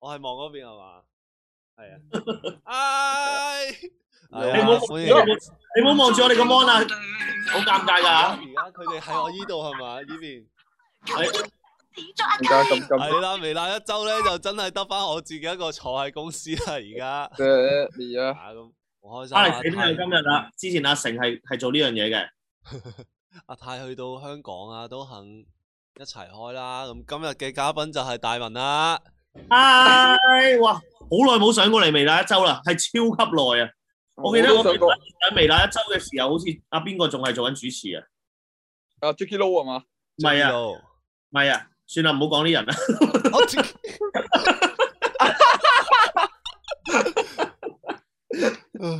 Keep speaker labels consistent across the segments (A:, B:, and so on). A: 係望嗰邊係嘛？係啊， 唉，係啊
B: 你唔好
A: 歡
B: 你
A: 迎
B: 唔好你唔好望住我哋個 mon 啊， 好尷尬
A: 而
B: 㗎
A: 家佢哋喺我依度係嘛？呢邊
C: 而家咁
A: 係
C: 咁，
A: 啦，微辣一周咧就真係得翻我自己一個坐喺公司啦，而家
C: 即係而家
A: 啊咁，好開心啊！
B: ，Alex 死啦！
A: 太
B: 今日啦，之前阿成係係做呢樣嘢嘅，
A: 阿泰啊去到香港啊，都肯一齊開啦。咁今日嘅嘉賓就係大文啦。
B: 唉，哇，好耐冇上過嚟微辣一周啦，係超級耐啊！我記得我
C: 都上過
B: 上微辣一周嘅時候，好似阿邊個仲係做緊主持啊？
C: 阿 Jacky Lou 啊嘛，
B: 唔係啊，
A: Joey
B: 唔係啊，算啦，唔好講啲人啦。
A: Lou，我自己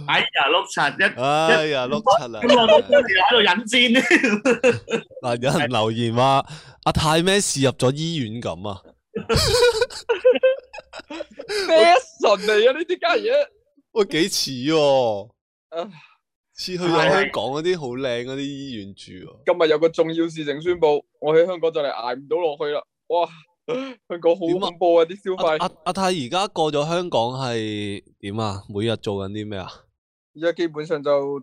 B: 哎呀，碌柒一
A: 哎呀，碌柒啦！
B: 咁耐冇上嚟喺度引戰咧。
A: 嗱，有人留言話阿泰咩事入咗醫院咁啊！
C: 咩神嚟啊？呢啲家嘢，
A: 喂，幾似喎
C: 唉，
A: 似去咗香港嗰啲好靚嗰啲醫院住喎。
C: 今日有個重要事情宣布，我喺香港就嚟捱唔到落去啦！哇，香港
A: 點啊
C: 好恐怖啊！啲消費
A: 阿阿阿泰而家過咗香港係點啊？每日做緊啲咩啊？
C: 而家基本上就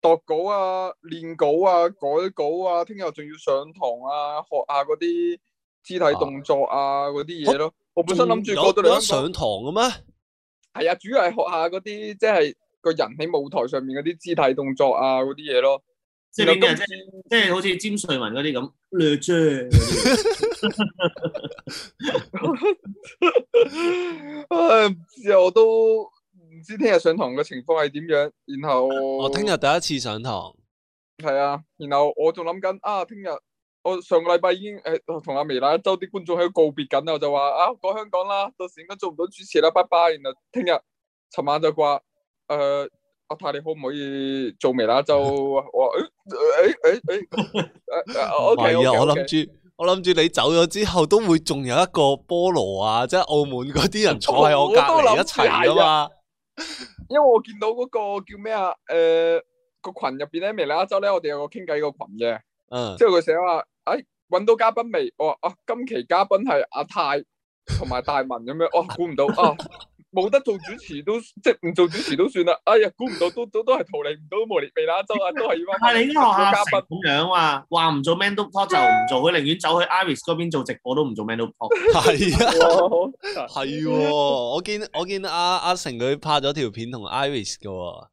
C: 度稿啊、練稿啊、改稿啊，聽日仲要上堂啊，學下嗰啲肢體動作啊嗰啲嘢咯。我本身諗住過
A: 有有得
C: 到嚟香港
A: 上堂嘅咩？
C: 系啊，主要係學下嗰啲即係個人喺舞台上面嗰啲肢體動作啊，嗰啲嘢咯。
B: 即係
C: 然
B: 邊
C: 後
B: 啲啊
C: 今次
B: 即係好似詹瑞文嗰啲咁，略啫嗰啲。
C: 唉，唔知啊，我都唔知聽日上堂嘅情況係點樣。然後
A: 我聽日第一次上堂。
C: 系啊，然後我仲諗緊啊，聽日我上個禮拜已經诶同阿微辣一周啲觀眾喺度告別緊啊，我就話啊過香港啦，到時應該做唔到主持啦，拜拜。然後聽日尋晚就話诶。呃阿泰，你可唔可以做微辣一周？我話诶诶诶
A: 唔係啊，我
C: 诶，O K O K O
A: 諗住我諗住你走咗之後，都會仲有一個菠蘿啊，即係澳門嗰啲人坐喺我隔
C: 我都諗
A: 離
C: 住
A: 一齊噶
B: 啊
A: 嘛。
C: 因為我見到嗰個叫咩啊？诶、個群入边咧，微辣一周咧，我哋有個傾偈個群嘅，
A: 嗯，
C: 之後佢寫話，诶、搵到嘉賓未？我話啊，今期嘉賓係阿泰同埋大文咁樣，哇，估唔到啊，冇得做主持都即係唔做主持都算啦，哎呀，估唔到都都都係逃離唔到無列微辣一周啊，都係要翻
B: 但係你而家學下
C: 嘉
B: 成
C: 賓，
B: 咁樣啊，話唔做 Man Do Talk 就唔做，佢寧願走去 Iris 嗰邊做直播都唔做 Man Do Talk。
A: 係啊，
C: 哇
A: 係喎，我見我見阿阿成佢拍咗條片同 Iris 噶喎，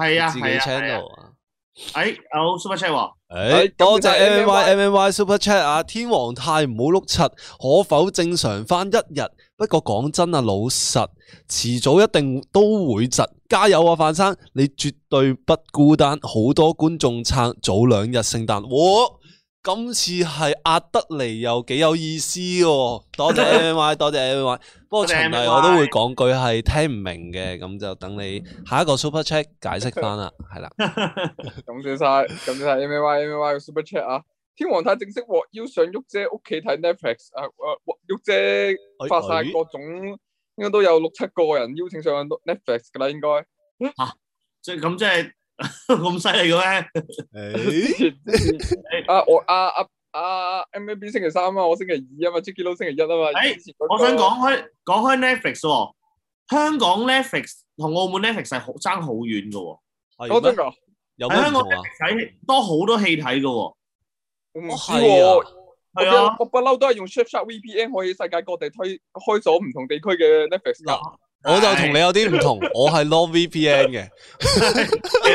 B: 係啊
A: 自己
B: 係啊係啊，
A: channel 啊。
B: 誒有 Super Chat 喎，
A: 诶，
C: 咁
A: 多謝
C: 就係
A: M N Y
C: MNY
A: M N Y Super Chat 啊！天皇太唔好碌柒，可否正常翻一日？不過講真啊，老實，遲早一定都會窒。加油啊，范生，你絕對不孤單，好多觀眾撐。早兩日聖誕，我今次係壓得嚟又幾有意思喎！多 謝 M N Y，多謝 M N Y。不過
B: 多謝
A: 循例
B: MNY
A: 我都會講句係聽唔明嘅，咁就等你下一個 Super Chat 解釋翻啦，係 啦。
C: 感謝晒，感謝晒 M A Y M A Y 嘅 Super Chat 啊！天皇太正式獲邀上玉姐屋企睇 Netflix 啊！啊玉姐
A: 哎
C: 發晒
A: 哎
C: 各種，應該都有六七個人邀請上 Netflix 噶啦，應該。
B: 即係咁即係 咁犀利嘅 咩？
A: 誒
C: 啊，我啊啊啊 M A B 星期三啊，我星期二啊嘛，Jacky Lou 星期一啊嘛。
B: 哎
C: 以前嗰個
B: 我想講開講開 Netflix 喎，香港 Netflix 同澳門 Netflix 係好爭好遠嘅喎，
A: 係
C: 講真
A: 咩
C: 㗎，
A: 有咩
B: 喺
A: 唔
B: 香港
A: 同啊？
B: Netflix 睇多好多戲 睇嘅喎，
C: 我唔
A: 哦
C: 知
A: 係
C: 喎
A: 啊。
C: 我
B: 係啊。
C: 我不嬲都係用 ShipShark VPN 可以世界各地推開咗唔同地區嘅 Netflix 㗎。
A: 我就同你有啲唔同，我係 long VPN 嘅，
B: 咁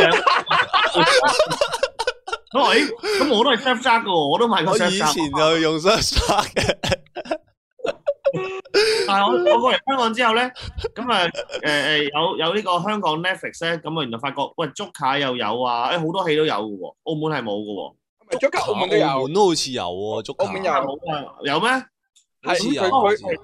B: 我咦咁我都係 self 揸嘅喎，我都買個
A: 我
B: self
A: 以
C: 啊
A: 前就用 s u r s h a r 嘅，
B: 但係我我過嚟香港之後咧，咁啊誒誒有有呢個香港 Netflix 咧，咁啊原來發覺喂足卡又有啊，誒好多戲都有嘅喎，澳門係冇嘅喎，
C: 咪足球澳門都
A: 澳
C: 有，
A: 門都好似有喎，足球
C: 澳門有
B: 有冇啊？有咩？
A: 好似有，
C: 係
A: 好
C: 佢
A: 似有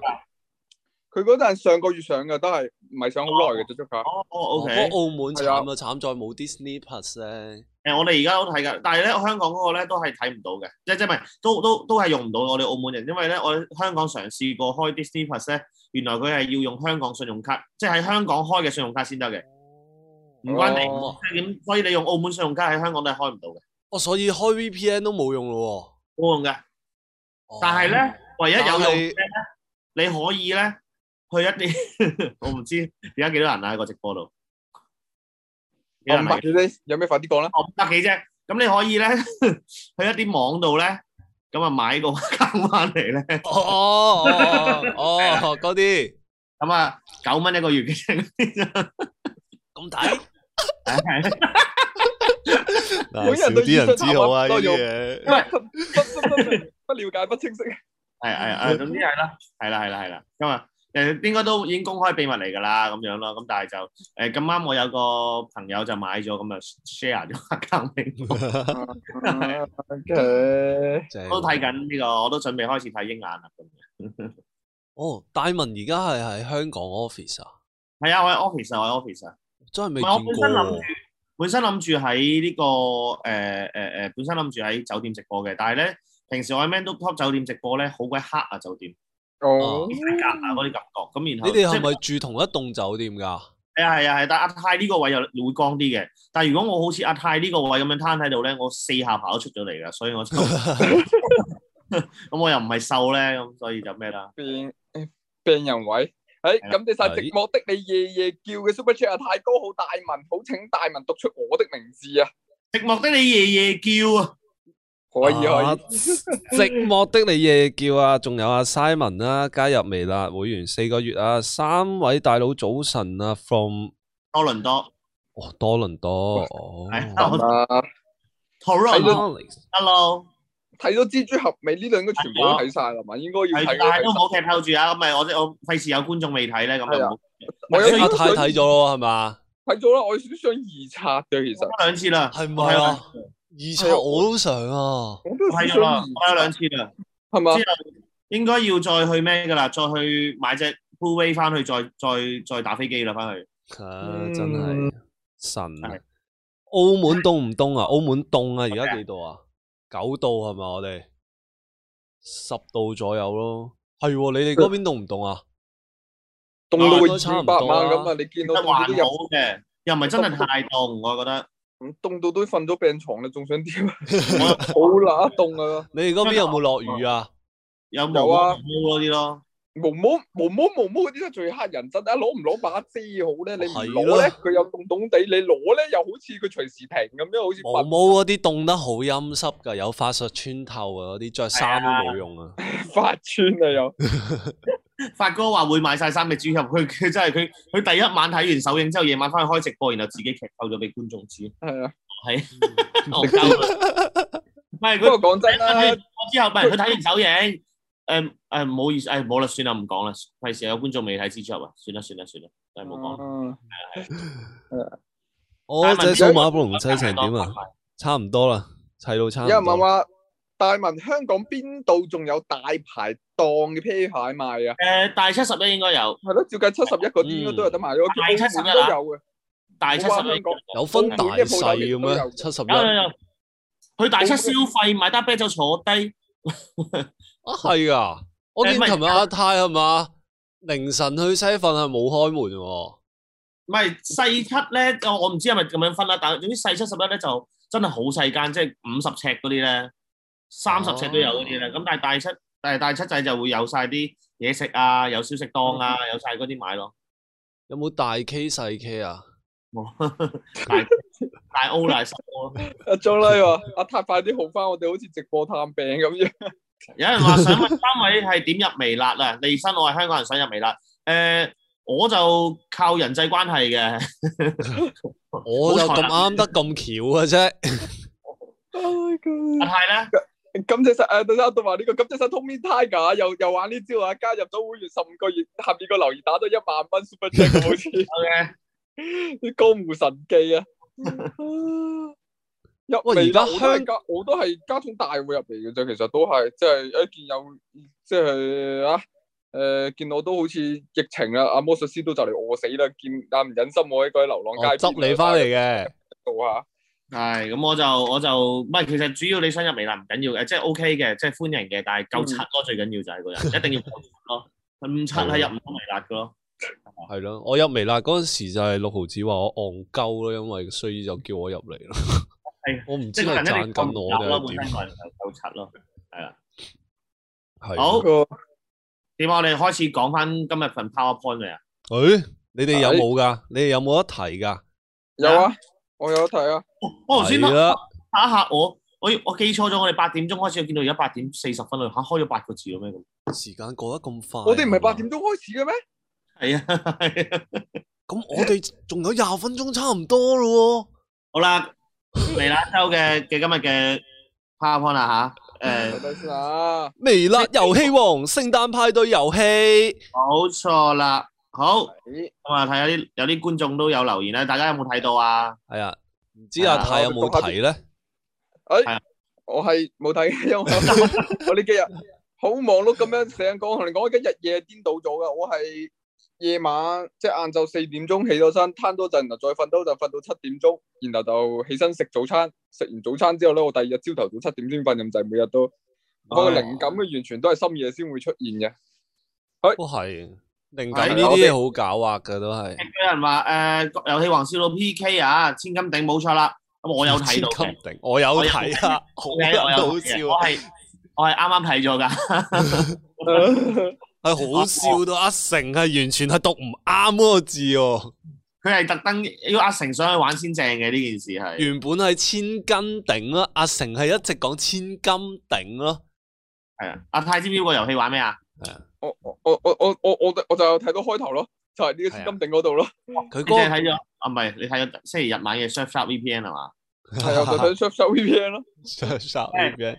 C: 佢嗰陣上個月上嘅都係唔係上好耐嘅啫足球。
B: 哦
A: 不
B: 哦
A: 過
B: ，OK，
A: 澳門
C: 係啊
A: 慘啊，慘在冇 Disney Plus 咧，
B: 誒我哋而家都睇㗎，但係咧香港嗰個咧都係睇唔到嘅，即即係唔係都都都係用唔到我哋澳門人，因為咧我哋香港嘗試過開 Disney Plus 咧，原來佢係要用香港信用卡，即係喺香港開嘅信用卡先得嘅，唔關你
C: 哦
B: 即係點，所以你用澳門信用卡喺香港都係開唔到嘅，
A: 我啊哦所以開 VPN 都冇用咯
B: 冇用嘅。
A: 喎。哦
B: 但係咧，唯一有用
A: 但係
B: 嘅咧，你可以咧去一啲我唔知而家幾多人啊喺個直播度，幾多
C: 我
B: 人
C: 五
B: 嚟
C: 百幾呢？有咩快啲講啦？
B: 我五百幾啫。咁你可以咧 去一啲網度咧，咁啊買個 account 翻嚟咧，
A: 哦哦哦哦哦，嗰啲
B: 咁啊九蚊一個月嘅 啫。
A: 咁抵，
C: 每人
A: 少
C: 都
A: 啲人知好啊呢
C: 多
A: 啲
C: 用
A: 嘢。
C: 不不不不不了解不清晰，
B: 係係係，總之係啦，係啦係啦係啦，咁啊誒應該都已經公開秘密嚟㗎啦，咁樣咯，咁但係就誒咁啱我有個朋友就買咗，咁啊 share 咗 account 俾我，
C: 嘅
B: 我都睇緊呢個，我都準備開始睇鷹眼啦咁樣。
A: 哦，戴文而家係喺香港 office 啊，
B: 係啊，我喺 office 啊，我喺 office 啊，
A: 真係未
B: 唔係我
A: 見
B: 本
A: 過
B: 身諗
A: 喎。
B: 本身諗住喺呢個誒誒誒，本身諗住喺酒店直播嘅，但係咧平時我喺 Man Top 酒店直播咧，好鬼黑啊酒店，
C: 哦，
B: 隔啊嗰啲感覺，咁然後
A: 你哋係
B: 即係
A: 咪住同一棟酒店㗎？
B: 係啊係啊係，但係阿泰呢個位又會光啲嘅。但係如果我好似阿泰呢個位咁樣攤喺度咧，我四下爬都出咗嚟啦，所 以我就 咁我又唔係瘦咧，咁所以就咩啦？
C: 病病人位。诶，
B: 係啦
C: 感謝晒寂寞的你夜夜叫嘅 Super Chat 啊，太高好大文，好請大文讀出我的名字啊，
B: 寂寞的你夜夜叫啊，
C: 可以
A: 啊
C: 可以。
A: 寂寞的你夜叫啊，仲有阿 Simon 啦、加入微辣會員四個月啊，三位大佬早晨啊，from
B: 多倫多
A: 哦多倫多哦
B: 係啊我
C: 啊，
B: ，Toronto，hello，
A: ，Alex
C: 睇咗蜘蛛俠未？呢兩個全部都睇晒啦嘛，應該要
B: 係
C: 睇
B: 啊但係
C: 嘅
B: 都唔。好劇透住啊，咁咪我我費事有觀眾未睇咧，咁就唔好
C: 我有
A: 阿太睇咗咯，係嘛？
C: 睇咗啦，我有少少想二刷嘅，其實
B: 我兩次啦，
A: 係
B: 我
A: 咪
B: 有
A: 啊
B: 兩？
A: 而且我都想啊，
C: 我都有
B: 我
C: 少
B: 睇
C: 少
B: 咗
C: 想
B: 啦，
C: 二
B: 我有兩次啦，
C: 係嘛
B: 之？後應該要再去咩㗎啦？再去買隻 Blu-ray 翻去，再再再打飛機啦，翻去。
A: 啊真係
C: 嗯
A: 神啊
B: 係！
A: 澳門凍唔凍啊？ 澳門凍啊！而家幾度啊？九度係咪？我哋十度左右咯。係喎，你哋嗰邊凍唔凍啊？
C: 凍到
A: 應
C: 個
A: 該差
C: 二
A: 唔
C: 百
A: 多啦
C: 萬咁啊！你見到
B: 得
C: 凍到
B: 還
C: 都
B: 好
C: 入嗯
B: 嘅，又唔係真係太凍，我覺得。
C: 凍到都瞓咗病床啦，仲想 點啊？好乸凍啊！
A: 你哋嗰邊有冇落雨啊？
B: 有
C: 有
B: 毛
C: 啊
B: 啊嗰啲咯，
C: 毛毛毛毛毛毛嗰啲真係最黑人憎啊！攞唔攞把遮好咧？你唔
A: 哦係
C: 攞咧，
A: 咯
C: 佢又凍凍地；你攞咧，又好似佢隨時停咁樣，好似
A: 毛
C: 發
A: 毛嗰啲凍得好陰濕㗎，有法術穿透啊！嗰啲着衫都冇用啊！
C: 發穿啊！又
B: 發哥話會買晒三隻豬入去，佢真係佢佢第一晚睇完首映之後，夜晚翻去開直播，然後自己劇透咗俾觀眾 知，
C: 係啊！
B: 戇鳩啊！唔係
C: 不過
B: 佢
C: 講 真啦，
B: 之後唔係佢睇完首映，誒誒唔好意思，誒冇啦，算啦，唔講啦，費事有觀眾未睇蜘蛛俠啊，算啦算啦算啦，真係
C: Ờ,
B: 冇講。
C: 嗯
A: 我
B: 但
A: 隻
B: 係
A: 數碼暴龍砌成點 啊？？差唔多啦，砌到差唔
C: 有人問
A: 多。
C: 話大文香港邊度仲有大排檔嘅啤牌賣啊？
B: 誒大七十一應該有，
C: 係咯，照計七十一嗰啲應該都有得賣咯，
B: 嗯
C: 基
A: 啊
C: 本都有嘅。
B: 大七十
C: 冇話
B: 一
C: 香港
A: 有分大細嘅
C: 澳門嘅鋪頭亦都
A: 咩
C: 有？
A: 七十一
B: 有有
A: 啊，
B: 有，去大七消費買打啤酒坐低。
A: 啊 係㗎！我見
B: 誒唔係
A: 琴日阿泰係嘛？凌晨去西瞓係冇開門喎。
B: 唔係細七咧，我我唔知係咪咁樣分啦，但係總之細七十一咧就真係好細間，即係五十尺嗰啲咧，三十尺都有嗰啲咧。咁、但係大七，但係大七仔就會有晒啲嘢食啊，有小食檔啊，有晒嗰啲買咯。
A: 有冇大 K 細 K 啊？
B: 大大 O 大十 O 咯。
C: 阿 Jo 拉話：阿塔快啲好翻，我哋好似直播探病咁樣。
B: 有人話想問三位係點入微辣啊？利申我係香港人想入微辣，誒、我就靠人際關係嘅。
A: 我就咁啱得咁巧嘅 啫。
C: 啊
B: 阿泰咧，
C: 咁其實啊誒，等陣都話呢個，咁其實 Tommy Tiger 又又玩呢招啊！加入咗會員十五個月，下面個留言打咗一萬蚊 Super Chat，咁好似
B: OK
C: 啲江湖神技啊！入
A: 喂而
C: 嚟
A: 家
C: 啦，我都係加，我都係家中大會入嚟嘅啫。其實都係即係一見有即係啊誒，見我都好似疫情啦，阿魔術師都就嚟餓死啦，見啊但唔忍心我喺個流
A: 我
C: 浪街
A: 哦
C: 啊
A: 執你翻嚟嘅。
C: 度啊！
B: 係咁我就我就唔係，其實主要你想入微辣唔緊要嘅，即係 O K 嘅，即係歡迎嘅，但係夠七咯，最緊要就係個人一定要夠七咯，唔七係入唔到微辣噶咯。
A: 系咯，我入微辣嗰阵时就係六毫子話我戇鳩咯，因為所以就叫我入嚟咯
B: 係。
A: 我唔知
B: 即係
A: 係
B: 個人一
A: 賺
B: 定夠
A: 緊
B: 唔
A: 我
B: 到咯，
A: 定
B: 本
A: 係點
B: 啊身。
C: 啊
B: 個人就夠七咯。
A: 係
B: 好
C: 個
B: 點啊？我哋開始講翻今日份 PowerPoint 未啊？
A: 诶、你哋有冇噶？你哋有冇得提噶？
C: 有啊，我有睇啊，
B: 我哦頭先
A: 係啦，
B: 打下我，我我記錯咗，我哋八點鐘開始，見到而家八點四十分啦，嚇開咗八個字咯咩咁？
A: 时间过得咁快啊，
C: 我哋唔系八点钟开始嘅咩？
B: 係啊， 係啊，
A: 咁我哋仲有廿分鐘差唔多咯
B: 好啦，嚟啦，周嘅嘅今日嘅 PowerPoint 啦吓，
C: 等
B: 誒
C: 等先啊，
A: 喎！微辣遊戲王聖誕派對遊戲，
B: 冇錯啦，好
C: 咦
B: 咁啊，睇下啲有啲觀眾都有留言咧，大家有冇睇到啊？
A: 係啊，唔知阿
B: 係啊
A: 泰有冇睇咧？
C: 我系冇睇嘅，因为我呢几日好忙碌咁样成日讲，我同你讲，我而家日夜颠倒咗噶，我系夜晚即系晏昼四点钟起咗身，摊多阵，然後再瞓多阵，瞓到七点钟，然后就起身食早餐，食完早餐之后咧，我第二日朝头早七点先瞓，咁就係每日都，不過
B: 哦
C: 靈感嘅完全都係深夜先會出現嘅。
A: 都係靈感
B: 係
A: 呢啲嘢好狡猾噶，都係
B: 有人話誒遊戲王笑到 PK 啊，千金頂冇錯啦，咁我有睇到嘅
A: 千。金頂我有睇啊，好
B: 我有
A: 撚好
B: 嘅
A: 笑，
B: 我係我係啱啱睇 咗㗎，
A: 係好笑到阿成係完全係讀唔啱嗰個字喎。
B: 佢係特登要阿成上去玩先正嘅呢件事係。
A: 原本係千斤頂啦，阿成係一直講千斤頂咯，
B: 係啊，阿泰知唔知個遊戲玩咩啊？
C: 我我我我我我我我就有睇到開頭咯，就係呢
A: 係
C: 個
A: 啊
C: 千金頂嗰度咯，
A: 佢
B: 你淨
A: 嗰
B: 係睇咗啊？唔係，你睇咗星期日晚嘅 Surf Shark VPN 係嘛？
C: 係啊，就睇 s h o VPN 咯。
A: 上上面 嘅
B: 誒，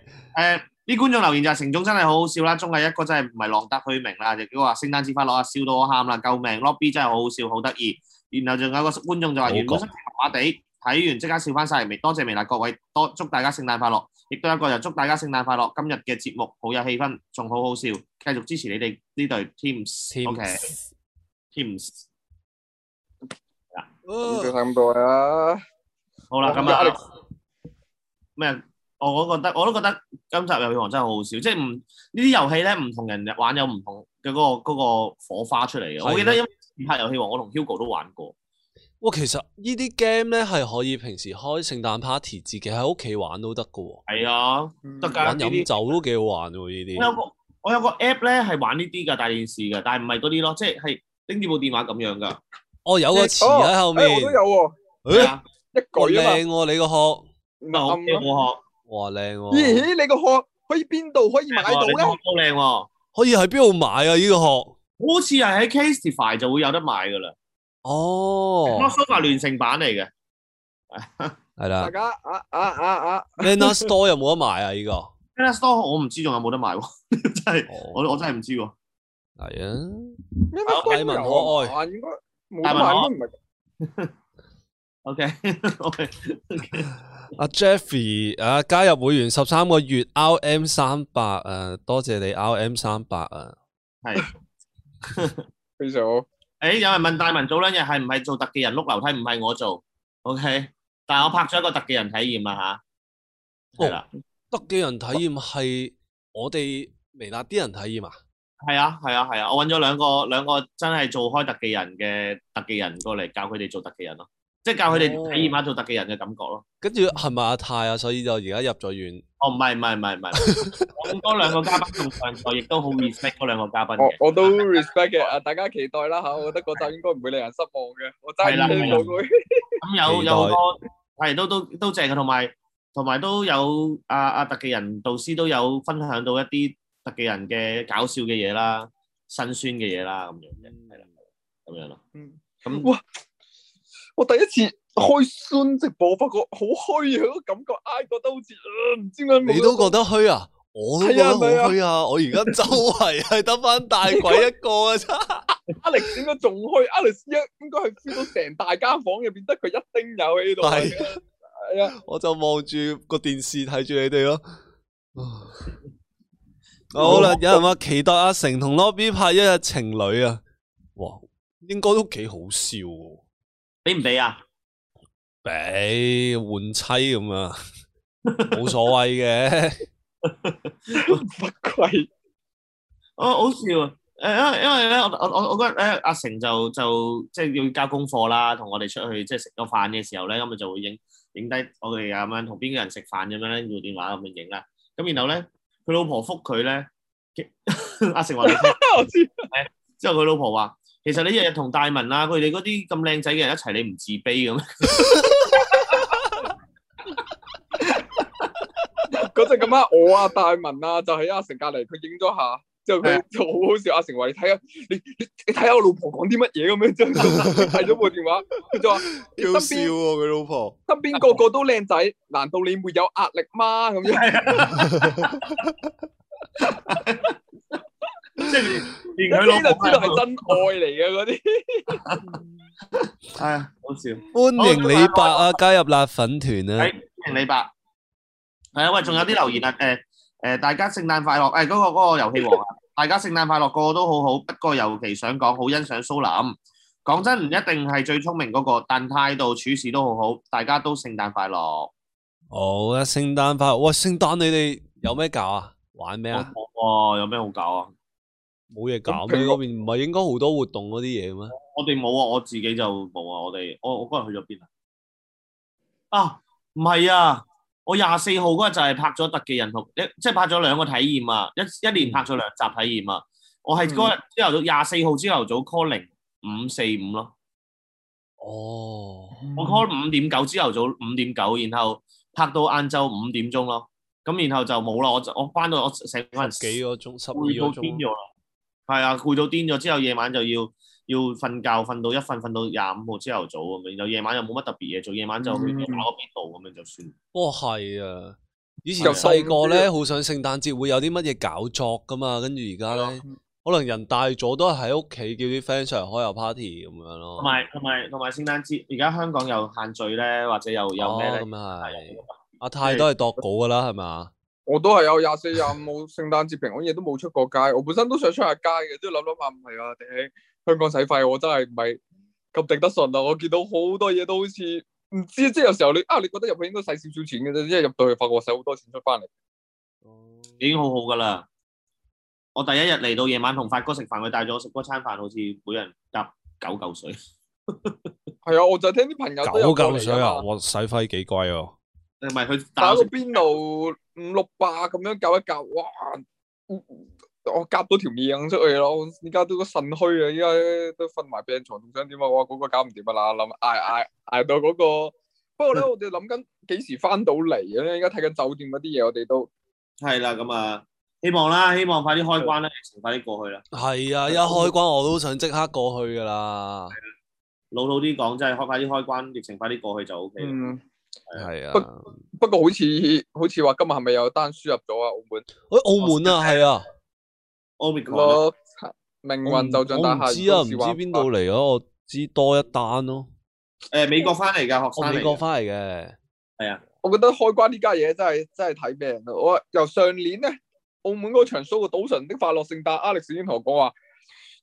B: 啲觀眾留言就係成總真係好好笑啦，綜藝一哥真係唔係浪得虛名啦，亦都話聖誕節快樂啊，笑到我喊啦，救命！Lobby 真係好好笑，好得意。然後仲有個觀眾就話
A: 冇講
B: 原本心情麻麻地，睇完即刻笑翻晒嚟，未多謝微辣各位，多祝大家聖誕快樂。亦都有一個就祝大家聖誕快樂。今日嘅節目好有氣氛，仲好好笑，繼續支持你哋呢隊 Teams。OK
A: Teams。
B: Teams。
C: 咁就
A: 哦
C: 睇咁多啊！
B: 好啦，
C: 好
B: 咁
C: 壓力
B: 啊咩？啊我我覺得我都覺得今集遊戲王真係好好笑，即係唔呢啲遊戲咧，唔同人玩有唔同嘅嗰、個嗰個火花出嚟嘅。
A: 係啊
B: 我記得因為前拍遊戲王，我同 Hugo 都玩過，
A: 哇，其實呢啲 game 咧係可以平時開聖誕 party 自己喺屋企玩都得噶喎，
B: 係啊，得㗎
A: 玩
B: 呢啲
A: 飲酒都幾好玩喎
B: 我有
A: 呢
B: 個我有個 app 咧係玩呢啲㗎，大電視㗎，但係唔係嗰啲咯，即係係拎住部電話咁樣㗎。
A: 啲。哦，有個詞喺後
C: 誒
A: 面
C: 哎我，都有喎，
A: 誒
B: 啊，
C: 一
A: 哇
C: 舉啊嘛
A: 靚喎你個殼，
B: 咁啊好
C: 啱啊，
B: 好
A: 哇靚喎，
C: 咦？你個殼可以邊度可以
B: 學，
C: 買到
B: 你學
C: 咧？
B: 都靚喎，
A: 可以喺邊度買啊呢個殼？
B: 好似係喺 Casetify 就會有得買㗎啦。
A: 哦，
B: Crossover 聯成版嚟嘅，
A: 係
C: 大
A: 啦
C: 家啊啊啊啊！
A: ，Lena Store 有冇得買啊呢個？哦，
B: Lena Store 我唔知仲有冇得買喎，真係我我真係唔知喎。
A: 係啊。
C: 咩
B: 啊
C: 乜都有啊，應該冇得賣，應該唔係
B: OK，OK，
A: 阿 Jeffy 啊，加入會員十三個月，RM 三百啊，多謝你 RM 三百啊，
C: 非常好。
B: 诶，有人問大文早兩日係唔係做特技人碌樓梯？唔係我做，OK，但我拍咗一個特技人體驗啦吓，係啦，
A: 德嘅人體驗係我哋微辣啲人體驗啊，
B: 係啊，係啊，係啊，我揾咗兩個兩個真係做開特技人嘅特技人過嚟教佢哋做特技人咯，即係教佢哋
A: 哦
B: 體驗下做特技人嘅感覺咯。
A: 跟住係咪阿泰啊？所以就而家入咗院，
B: 哦，唔係唔係唔係唔係，我咁多兩個嘉賓仲上座，亦都好 respect 嗰兩個嘉賓嘅。
C: 我我都 respect 嘅，啊大家期待啦吓，我覺得嗰集應該唔會令人失望嘅，我真
B: 係啦
C: 係希望佢
B: 咁有
A: 期待
B: 有好多係都都都正嘅，同埋同埋都有阿阿特技人導師都有分享到一啲特技人嘅搞笑嘅嘢啦、辛酸嘅嘢啦咁樣嘅，係啦，咁樣咯。
C: 嗯
B: 咁
C: 哇！我第一次開酸直播，發覺好虛啊，嗰個感覺，唉，覺得好似呃唔知點解冇
A: 你都覺得虛啊？我都覺得好虛啊！我而家周圍係得翻大鬼一個啊，真係
C: Alex 應該仲虛，Alex 一應該係 feel 到成大間房入邊得佢一丁友喺度。
A: 係
C: 係啊，
A: 我就望住個電視睇住你哋咯。好啦，有人話期待阿成同 Lobby 拍一日情侶啊，哇，應該都幾好笑喎。
B: 俾唔俾啊？
A: 俾換妻咁啊，冇所謂嘅。
C: 不愧
B: 哦，好笑啊！誒，因為因為咧，我我我我嗰日咧，阿成就就即係要交功課啦，同我哋出去即係食個飯嘅時候咧，咁佢就會影影低我哋啊咁樣，同邊個人食飯咁樣咧，拎住電話咁樣影啦。咁然後咧，佢老婆覆佢咧， 阿成話你聽，
C: 我知，
B: 之後佢老婆話：其實你日日同大文啊，佢哋嗰啲咁靚仔嘅人一齊，你唔自卑咁。
C: 嗰陣咁啱我啊大文啊就喺阿成隔離，佢影咗下，之後
B: 啊
C: 佢就好好笑。阿成話：你睇下你你你睇下我老婆講啲乜嘢咁樣，之後 佢睇咗部電話，佢就話：
A: 幾
C: 你身
A: 好笑
C: 邊
A: 喎佢老婆，
C: 身邊個個都靚仔，難道你沒有壓力嗎？咁樣
B: 即係連
C: 一
B: 連佢老
C: 聽就
B: 婆
C: 知道係真愛嚟嘅嗰啲。
B: 係啊，好笑。
A: 歡迎李白啊，加入辣粉團啊
B: 係！歡迎李白。係啊，喂，仲有啲留言啊，誒誒，大家聖誕快樂！誒，嗰個嗰個遊戲 王啊，大家聖誕快樂，個個都好好，不過尤其想講，好欣賞蘇林。講真，唔一定係最聰明嗰個，但態度處事都好好，大家都聖誕快樂。
A: 好啊，聖誕快樂！喂，聖誕你哋有咩搞啊？玩咩啊？
B: 哇，有咩好搞啊？
A: 冇嘢搞
C: 咁
A: 咩？
C: 蘋
A: 你嗰
C: 果
A: 邊唔係應該好多活動嗰啲嘢咩？
B: 我哋冇啊，我自己就冇啊。我哋我我嗰日去咗邊啊？啊，唔係啊，我廿四號嗰日就係拍咗特技人同，一即係拍咗兩個體驗啊，一一連拍咗兩集體驗啊。我
A: 嗯
B: 係嗰日朝頭早廿四號朝頭早 call 零五四五咯，
A: 哦，
B: 我 call 五點九朝頭早五點九，然後拍到晏晝五點鐘咯。咁然後就冇啦，我就我翻到我成個人
A: 幾個鐘，啊十二
B: 攰到
A: 個
B: 癲
A: 鐘。
B: 咗啦，係啊，攰到癲咗之後，夜晚就要要瞓覺，瞓到一瞓瞓到廿五號朝頭早咁樣，然後夜晚又冇乜特別嘢做，夜晚就去打個
C: 嗯
B: 邊度咁樣就算。
A: 哦，係啊！以前
B: 就
A: 細個
C: 凍啲
A: 咧，
C: 啊
A: 好想聖誕節會有啲乜嘢搞作噶嘛，跟住而家
C: 啊
A: 咧，可能人大咗都係喺屋企叫啲 friend 上嚟開下 party 咁樣咯。
B: 同埋同埋同埋聖誕節，而家香港有限聚咧，或者又有咩
A: 哦咁？
B: 咧
A: 係
B: 係啊
A: 阿泰都係度稿噶啦，係嘛？
C: 我都係有廿四廿五聖誕節平安夜都冇出過街，我本身都想出下街嘅，即係諗諗下唔係啊，頂香港使費我真係唔係咁頂得順啊！我見到好多嘢都好似唔知，即係有時候你啊，你覺得入去應該使少少錢嘅啫，即係入到去發覺我使好多錢出翻嚟。
A: 哦
B: 已經好好噶啦。我第一日嚟到夜晚同發哥食飯，佢帶咗我食嗰餐飯，好似每人夾九嚿水。
C: 係啊，我就係聽啲朋友
A: 九
C: 都有過嚟
A: 嚿
C: 㗎
A: 水啊！
C: 嘛，
A: 哇，使費幾貴喎。
B: 唔係佢帶
C: 打
B: 我
C: 個
B: 食，
C: 邊爐五六百咁樣夾一夾，哇！我夾到條命出去咯，我依家都腎虛啊，依家都瞓埋病床，仲想點啊？我話嗰個搞唔掂啊啦，諗捱捱捱到嗰、個。不過咧， 我哋諗緊幾時翻到嚟嘅咧？依家睇緊酒店嗰啲嘢，我哋都
B: 係啦咁啊，希望啦，希望快啲開關啦，疫情快啲過去啦。
A: 係啊，一開關我都想即刻過去噶啦。
B: 老老啲講，真係開快啲開關，疫情快啲過去就 O K 啦。
C: 嗯。
A: 係啊，
C: 不不過好似好似話今日係咪有單輸入咗啊？澳門
A: 喂，澳門啊，係啊，
B: Omicron 啊
C: 咯，命運就像
A: 我
C: 大
A: 唔
C: 廈
A: 知啊，唔
C: 如
A: 知
C: 今是幻
A: 邊度嚟啊，我知多一單咯，
B: 誒美國翻嚟㗎學
A: 我
B: 生嚟
A: 美
B: 㗎
A: 國，翻嚟嘅。
C: 我覺得開關呢家嘢真係真係睇命咯。我由上年咧，澳門嗰場 show 嘅《賭神的快樂聖誕》，Alex 已經同我講話，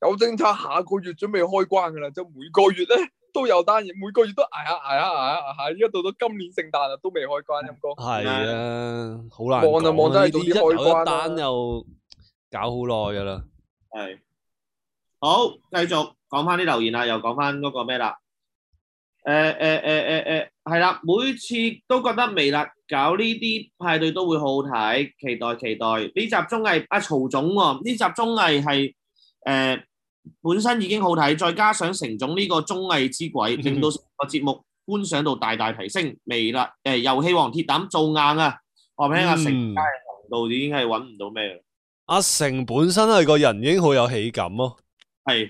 C: 有政策下個月準備開關噶啦，就每個月咧都有單嘢，每個月都捱下捱下捱下捱下，依家到到今年聖誕啊都未開關，陰哥。
A: 係啊，好難
C: 望就
A: 講
C: 望
A: 啊
C: 真
A: 呢
C: 係
A: 啲
C: 早
A: 一
C: 啲
A: 有
C: 開關
A: 一
C: 啦
A: 單又搞好耐噶啦。
B: 係好繼續講翻啲留言啦，又講翻嗰個咩啦？誒誒誒誒誒係啦，每次都覺得微辣搞呢啲派對都會好好睇，期待期待呢集綜藝阿曹總喎，呢集綜藝係誒本身已經好睇，再加上成總呢個綜藝之鬼，令到成個節目觀賞度大大提升。微辣誒遊戲王鐵膽做硬啊！我話俾你聽阿成
A: 嗯
B: 街行道已經係揾唔到咩啦。
A: 阿成本身係個人已經好有喜感咯，
B: 係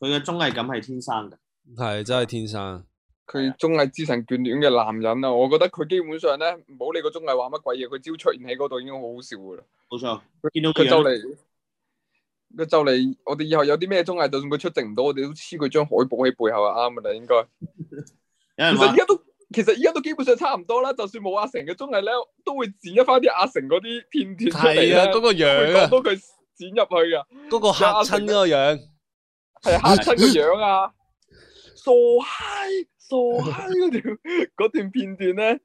B: 佢嘅綜藝感係天生嘅，
A: 係真係天生。
C: 佢綜藝之神眷戀嘅男人啊，我覺得佢基本上咧，唔好理個綜藝玩乜鬼嘢，佢只要出現喺嗰度已經好好笑噶啦。
B: 冇錯。見到佢
C: 佢就
B: 樣
C: 嚟，佢就嚟，我哋以後有啲咩綜藝，就算佢出席唔到，我哋都黐佢張海報喺背後啊，啱噶啦，應該。
B: 有人
C: 其實
B: 話
C: 而家都其實而家都基本上差唔多啦，就算冇阿成嘅綜藝咧，都會剪一翻啲阿成嗰啲片段出嚟
A: 係啊，嗰個
C: 咧，會
A: 樣
C: 講
A: 啊，
C: 到佢剪入去噶，
A: 嗰個嚇親嗰個樣。
C: 係嚇親個樣啊，傻嗨傻嗨嗰段嗰段片段咧，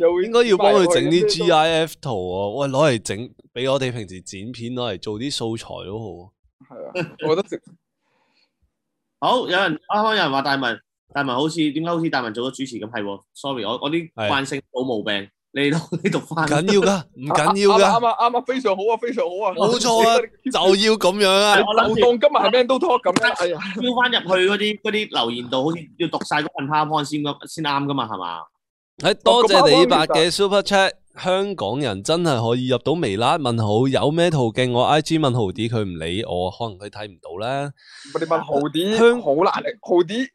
C: 又會
A: 應該要幫佢整啲
C: 剪埋入去
A: GIF 圖喎，喂，攞嚟整，俾我哋平時剪片攞嚟做啲素材都好。
C: 我覺得
B: 好，有人啱啱有人話大文，大文好似點解好似大文做咗主持咁係喎？Sorry，我我啲
A: 係
B: 慣性老毛病，嚟 到呢度翻。
A: 緊要噶，唔緊要
C: 啊
A: 噶，
C: 啱啊啱啊，非常好啊，非常好啊，
A: 冇錯啊
C: 你
A: 就要咁樣啊！
B: 我諗住
C: 就當今日係 man do talk 咁樣，哎呀，
B: 飆翻入去嗰啲嗰啲留言度，好似要讀晒嗰份 PowerPoint 先咁先啱噶 嘛，係嘛？
A: 诶，哎多謝你八嘅 Super Chat，香港人真係可以入到微辣問好，有咩途徑我 I G 問豪啲，佢唔理我，可能佢睇唔到啦。
C: 我哋問豪啲，
A: 香
C: 好難嚟，豪啲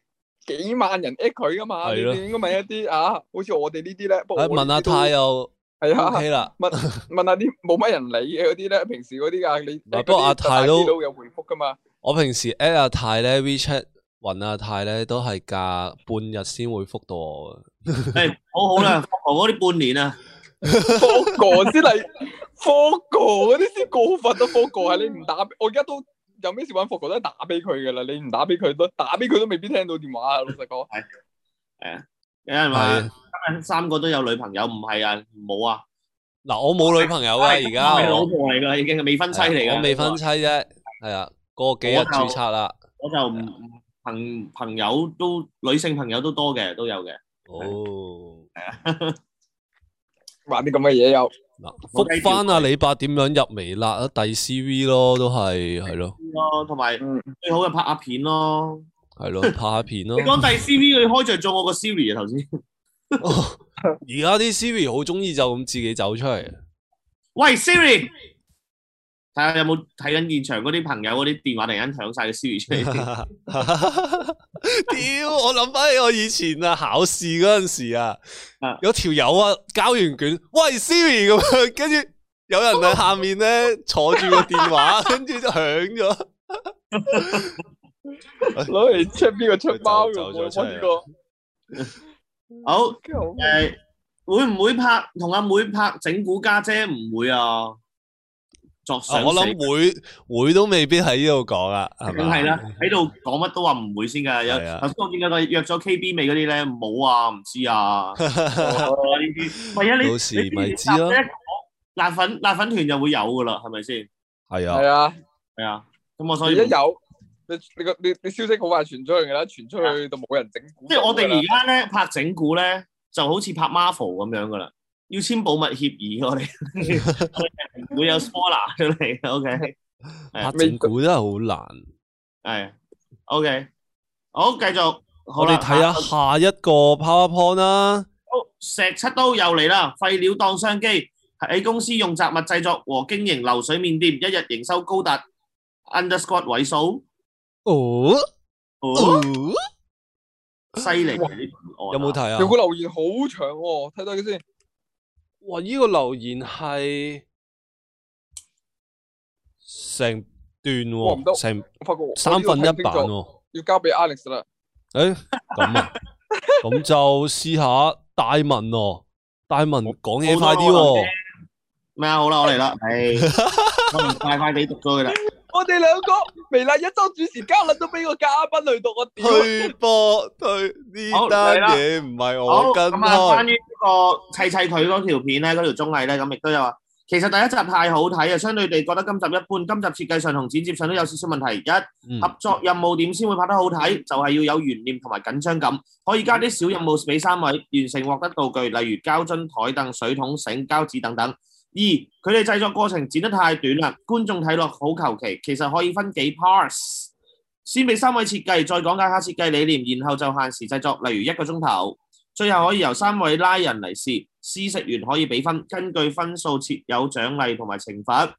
C: 幾萬人 at 佢噶嘛，你
A: 係咯
C: 哋應該問一啲啊，好似我哋呢啲咧，不過
A: 诶，
C: 哦我
A: 问哎
C: 呢
A: 阿
C: 啲都
A: 泰又
C: 係啊。
A: OK 啦，
C: 問問下啲冇乜人理嘅嗰啲咧，平時嗰啲啊，你
A: 嗱不過阿泰都
C: 都有回覆噶嘛，
A: 我平時 at 阿泰咧 WeChat 搵阿泰咧都係隔半日先會覆到我嘅。
B: 誒，好好啦，我嗰啲半年啊，
C: 科哥先嚟，科哥嗰啲先過分咯，科哥係你唔打，我而家都有咩事揾科哥都係打俾佢噶啦，你唔打俾佢都打俾佢都未必聽到電話啊，老實講，
B: 有人話
A: 係啊
B: 今日三個都有女朋友，唔係啊，冇啊，
A: 嗱，我冇女朋友啊，而家
B: 係老
A: 我
B: 婆嚟噶啦，已經係未婚妻嚟噶，
A: 我未婚妻啫，係啊，過幾日
B: 我就
A: 註冊啦。
B: 我就唔唔朋朋友都女性朋友都多嘅，都有嘅。
A: 哦。
C: 玩啲咁嘅嘢又
A: 嗱，
B: 冇計
A: 复翻阿李伯點樣入微辣啊？第 C V 咯，都係係咯，
B: 咯，同埋
C: 嗯
B: 最好嘅拍下片
A: 哦
B: 咯。
A: 係 咯，拍下片咯
B: 你。講第 C V 佢開着咗我個 Siri 啊，頭先。
A: 而家啲 C V 好中意就咁自己走出 嚟，
B: 喂 Siri，睇下有冇睇緊現場嗰啲朋友嗰啲電話突然間響晒個 Siri 出 嚟先。
A: 屌！我諗翻起我以前啊考試嗰阵时啊
B: 啊，
A: 有條友啊交完卷，喂 Siri 咁樣，跟住有人 喺下面咧坐住個電 話，跟住就響咗。
C: 攞嚟 check 邊個出包嘅，
A: 走走咗
C: 我
A: 出嚟
C: 我呢個
B: 好
C: 跟住我
B: 誒，會唔會拍同阿妹拍整蠱家姐？唔會啊，作
A: 啊
B: 想
A: 我
B: 死
A: 諗會會都未必喺呢度講啊，係
B: 梗
A: 咪？
B: 係啦，喺度講乜都話唔會先㗎。有
A: 係啊
B: 頭先我見到佢約咗 KB 未嗰啲咧，冇啊，唔知 啊。
C: 哦
B: 呢啲，喂啊，你
A: 到時
B: 你
A: 咪知咯
B: 你一講辣粉辣粉團就會有㗎啦，係咪先？
A: 係啊
C: 係。啊，
B: 係啊，咁我所
C: 你
B: 以
C: 一有你你個你你消息好快傳出去噶啦，傳出去就冇人整蠱
B: 啊即係我哋
C: 㗎啦
B: 而家咧拍整蠱咧，就好似拍 Marvel 咁樣㗎啦，要簽保密協議㗎我哋，我哋唔會有 spoiler 出嚟嘅，OK，
A: 拍整蠱真係好難。
B: 係，OK，好，繼續，好
A: 我
B: 啦，
A: 哋睇下下一個 PowerPoint 啦。
B: 好石七刀又嚟啦，廢料當商機，喺公司用雜物製作和經營流水面店，一日營收高達 underscore 位數，
A: 哦，
B: 哦，犀利
C: 哇
B: 啊！呢
A: 有
B: 個
A: 冇
B: 案啊
A: 睇啊
C: 有？個留言好長喎，睇睇佢先。
A: 哇！呢、個留言係成段
C: 哇唔得
A: 喎，成
C: 我發覺我
A: 三分一
C: 呢個睇唔清
A: 版
C: 楚
A: 喎。
C: 要交俾 Alex 啦。
A: 誒咁啊，咁就試下大文喎。大文講嘢快啲喎，
B: 咩啊？好啦，我 嚟啦，唉，我唔快快地讀咗佢啦。
C: 我哋兩個微辣一周主持交撚都俾個嘉賓去讀，我屌！
A: 推波推呢單嘢唔係
B: 好
A: 我跟
B: 咁啊，關
A: 開，
B: 於呢個砌砌佢嗰條片咧，嗰條綜藝咧，咁亦都有話，其實第一集太好睇啊，相對地覺得今集一般，今集設計上同剪接上都有少少問題。一
A: 嗯
B: 合作任務點先會拍得好睇，就係要有懸念同埋緊張感，可以加啲小任務俾三位完成獲得道具，例如膠樽、台凳、水桶、繩、膠紙等等。二，佢哋製作過程剪得太短啦，觀眾睇落好求其，其實可以分幾 parts，先俾三位設計，再講解下設計理念，然後就限時製作，例如一個鐘頭。最後可以由三位拉人嚟試，試食完可以俾分，根據分數設有獎勵同埋懲罰。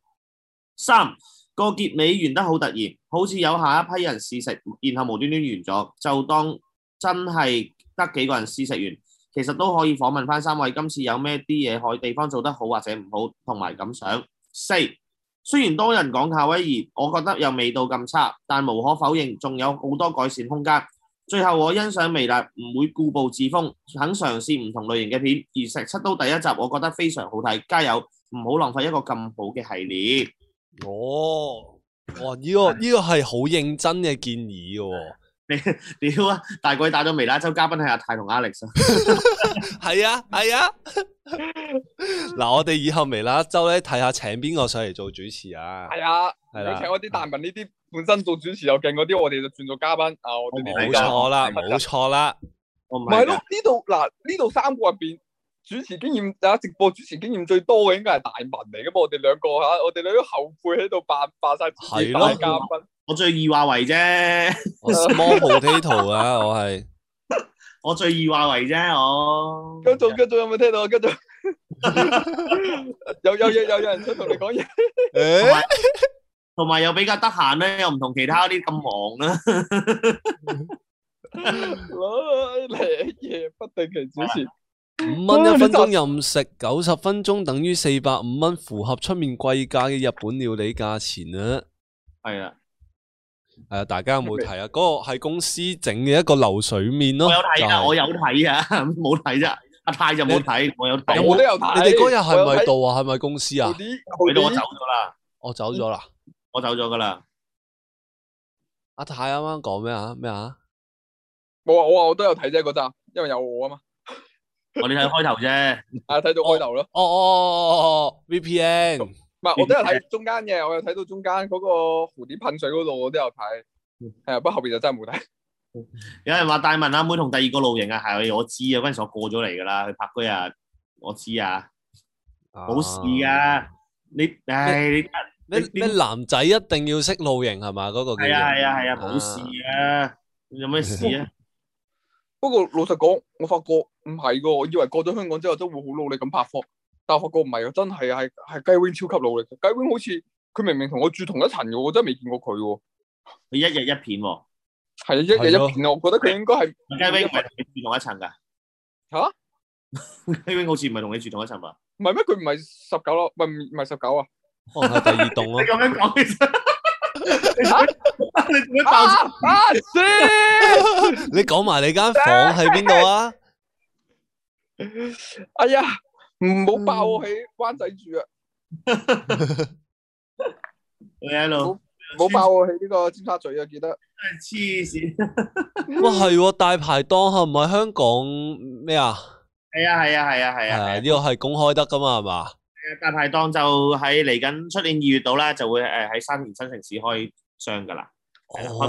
B: 三個結尾完得好突然，好似有下一批人試食，然後無端端完咗，就當真係得幾個人試食完。其實都可以訪問翻三位，今次有咩啲嘢可地方做得好或者唔好，同埋感想。四雖然多人講夏威夷，我覺得又未到咁差，但無可否認，仲有好多改善空間。最後我欣賞微辣唔會固步自封，肯嘗試唔同類型嘅片，而《石七刀》第一集我覺得非常好睇，加油！唔好浪費一個咁好嘅系列。
A: 哦，哇！呢、個呢、個係好認真嘅建議嘅喎。
B: 屌啊！大鬼打咗微辣周嘉賓係阿泰同 Alex 啊。
A: 系啊，系啊。嗱，我哋以後微辣一周咧，睇下請邊個上嚟做主持啊。
C: 係啊，
A: 係啦
C: 佢請嗰啲大文呢啲本身做主持又勁嗰啲，我哋就轉做嘉賓啊！我哋呢
B: 係
A: 冇
C: 啲
B: 㗎
A: 錯啦，
B: 係
A: 冇錯啦。
B: 我唔
C: 唔係
B: 係
C: 咯？
B: 㗎
C: 呢度嗱，呢度三個入邊主持經驗啊，直播主持經驗最多嘅應該係大文嚟噶嘛，我哋兩個吓，我哋兩個後悔喺度扮扮晒自己
A: 係
C: 大
A: 咯
C: 嘉賓，
B: 我最易話為啫，
A: 我 small potato 啊，我係
B: 我最易話為啫，我
C: 跟住跟住有冇聽到？跟住有有有有有人想同你講嘢，
A: 誒
B: 同埋又比較得閒咧，又唔同其他啲咁忙啦。啊
C: 攞嚟夜不定期主持，
A: 五蚊一分鐘任食，九十分鐘等於四百五蚊，符合出面貴價嘅日本料理價錢啊！
B: 係啦，
A: 係啊，大家有冇睇啊？嗰、個係公司整嘅一個流水面咯，
B: 我有睇
A: 就係
B: 啊，我有睇啊， 冇睇啫。阿泰就冇睇，我有睇。
C: 我都有睇。
A: 你哋嗰日係
C: 我有
A: 咪
C: 睇
A: 到啊？係咪公司啊
C: 嗰？啲
B: 佢到我
C: 嗰
B: 走
C: 啲
B: 咗啦，
A: 我走咗啦。
B: 我走咗噶啦。
A: 阿太啱啱講咩啊？咩啊？
C: 冇啊！我話我都有睇啫嗰集，因為有我啊嘛，
B: 我哋睇開頭啫，
C: 啊睇到開頭咯，
A: 哦哦哦哦哦，VPN
C: 唔係我都有睇中間嘅，我有睇到中間嗰個蝴蝶噴水嗰度，我都有睇，係啊，不過後邊就真係冇睇。
B: 有人話大文阿妹同第二個露營啊，係我知啊，嗰陣時我過咗嚟噶啦，去拍嗰日我知啊，冇事
A: 啊
B: 噶。你唉，你啊
A: 咩
B: 你
A: 咩男仔一定要識露營係嘛？嗰、個叫
B: 係啊係啊係啊，
A: 做
B: 冇事啊，有咩事啊？
C: 不過老實講，我發覺唔係噶，我以為過咗香港之後都會好努力咁拍科，但我發覺唔係啊，真係係係雞 wing 超級努力嘅。雞 wing 好似佢明明同我住同一層嘅，我真係未見過佢喎。
B: 佢一日一片喎，
C: 係啊，一日
A: 係咯
C: 一片啊，我覺得佢應該係
B: 雞 wing 唔係同你住同一層㗎。
C: 吓
B: 雞 wing 好似唔係同你住同一層吧？
C: 唔係咩？佢唔係十九咯，唔係唔係十九啊？
A: 可哦能係第二棟
B: 你
A: 咯。
B: 咁樣講其實，你
C: 嚇
B: 做咩爆
C: 啊啊！先
A: 你講埋你間房喺邊度 啊？
C: 哎呀，唔好爆我喺灣仔住啊！
B: 你喺度？
C: 唔好爆我喺呢個尖沙咀啊！記得
B: 真係黐線！
A: 哇係喎，大排檔係唔係香港咩啊？
B: 係啊係啊係啊係
A: 係
B: 啊！
A: 啊，呢個係公開得噶嘛係嘛？
B: 大排檔就喺嚟緊出年二月度啦，就會誒喺沙田新城市開張㗎啦。係啊開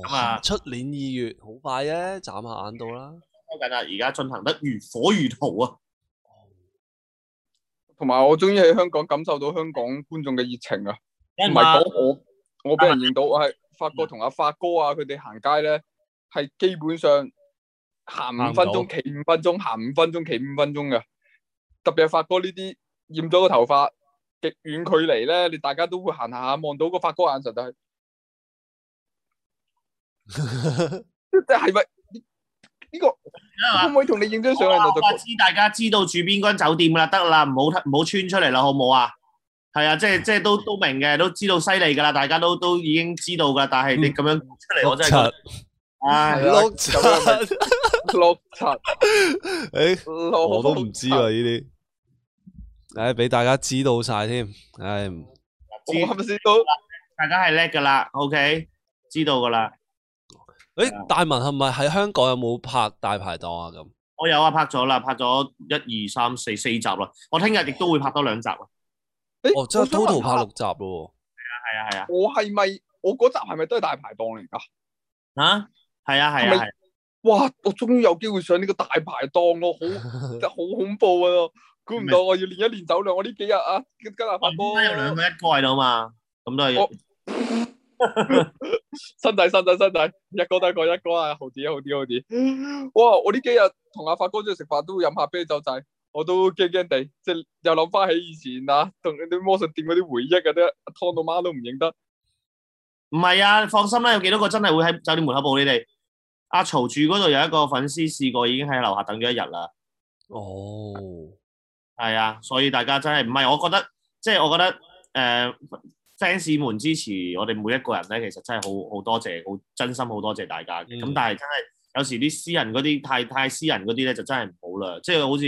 A: 哦，
B: 咁啊
A: 出年二月好快啫，眨下眼到啦。
B: 開緊啦，而家進行得如火如荼啊！
C: 同埋我終於喺香港感受到香港觀眾嘅熱情啊！
B: 有
C: 唔
B: 人
C: 係
B: 話
C: 講我，我俾人認到，我係發哥同阿發哥啊，佢哋行街咧，係基本上行五
A: 行
C: 分
A: 唔
C: 鐘，企五分鐘，行五分鐘，企五分鐘嘅。特別係發哥呢啲染咗個頭髮，極遠距離咧，你大家都會行下下，望到個發哥眼神就係、 即係係咪呢呢個可唔可以同你影張相啊？就
B: 我話知大家知道住邊間酒店啦，得啦，唔好唔好穿出嚟啦，好唔好啊？係啊，即係即係都都明嘅，都知道犀利㗎啦，大家都都已經知道㗎，但係你咁樣講出嚟，我真係覺得唉
C: 係啊
A: 碌
C: 咁 樣咪
A: 柒，
C: 落柒
A: 誒。
C: 落，
A: 我都唔知啊呢啲，唉，俾大家知道晒添，唉，
B: 啊
C: 我係咪先都
B: 大家係叻㗎啦，OK，知道㗎啦。
A: 诶，大文係咪喺香港有冇拍大排檔啊？咁
B: 我有啊，拍咗啦，拍咗一二三四四集啦，我聽日亦都會拍多兩集啊。
C: 誒
A: 哦，真係
C: 我想
A: total
C: 問下
A: 拍六集咯
B: 係啊係啊。
C: 我係咪我嗰集係咪都係大排檔嚟㗎？
B: 啊，係啊，係
C: 係咪
B: 啊，係啊。
C: 哇！我終於有機會上呢個大排 檔咯，好真係好恐怖啊！估唔到我要練一練酒量，我呢幾日啊跟跟阿發哥
B: 我而家有兩個一個喺度嘛，咁都係
C: 我身體身體身體，一哥得一個一哥啊，豪啲豪啲豪啲！哇！我呢幾日同阿發哥出去食飯都會飲下啤酒仔，我都驚驚地，即係又諗翻起以前啊，同啲魔術店嗰啲回憶啊，都湯到媽都唔認得。
B: 唔係啊？放心啦，有幾多個真係會喺酒店門口報你哋。阿曹住嗰度有一個粉絲試過已經喺樓下等咗一日啦，
A: 喎。哦，
B: 係啊，所以大家真係唔係，我覺得即係我覺得誒 fans 們支持我哋每一個人咧，其實真係好好多謝，好真心好多謝大家嘅。咁、
A: 嗯
B: 但係真係有時啲私人嗰啲太太私人嗰啲咧，就真係唔好啦。即係好似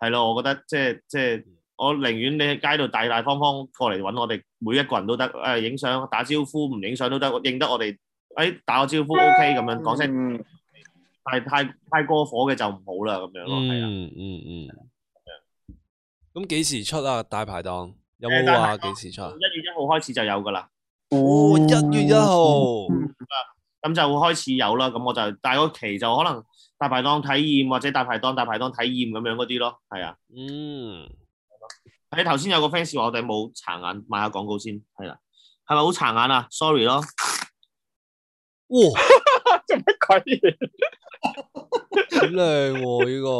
B: 係咯，我覺得即係即係我寧願你喺街度大大方方過嚟揾我哋，每一個人都得誒影相打招呼，唔影相都得，認得我哋誒、哎打個招呼 OK 咁樣講聲，
C: 嗯
B: 但係太太過火嘅就唔好啦咁樣咯，係啊。
A: 嗯嗯嗯，咁幾時出啊？大排檔有
B: 誒
A: 冇
B: 大
A: 話
B: 排
A: 幾時出啊？
B: 一月一號開始就有㗎啦。
A: 哦，一月一號，
B: 咁就開始有啦。咁我就但係個期就可能大排檔體驗或者大排檔大排檔體驗咁樣嗰啲咯，係啊。
A: 嗯，
B: 喺頭先有個 fans 話我哋冇殘眼買下廣告先，係啦，係咪好殘眼啊？Sorry 咯，
A: 哇，
C: 做乜鬼嘢？
A: 好靓喎呢個！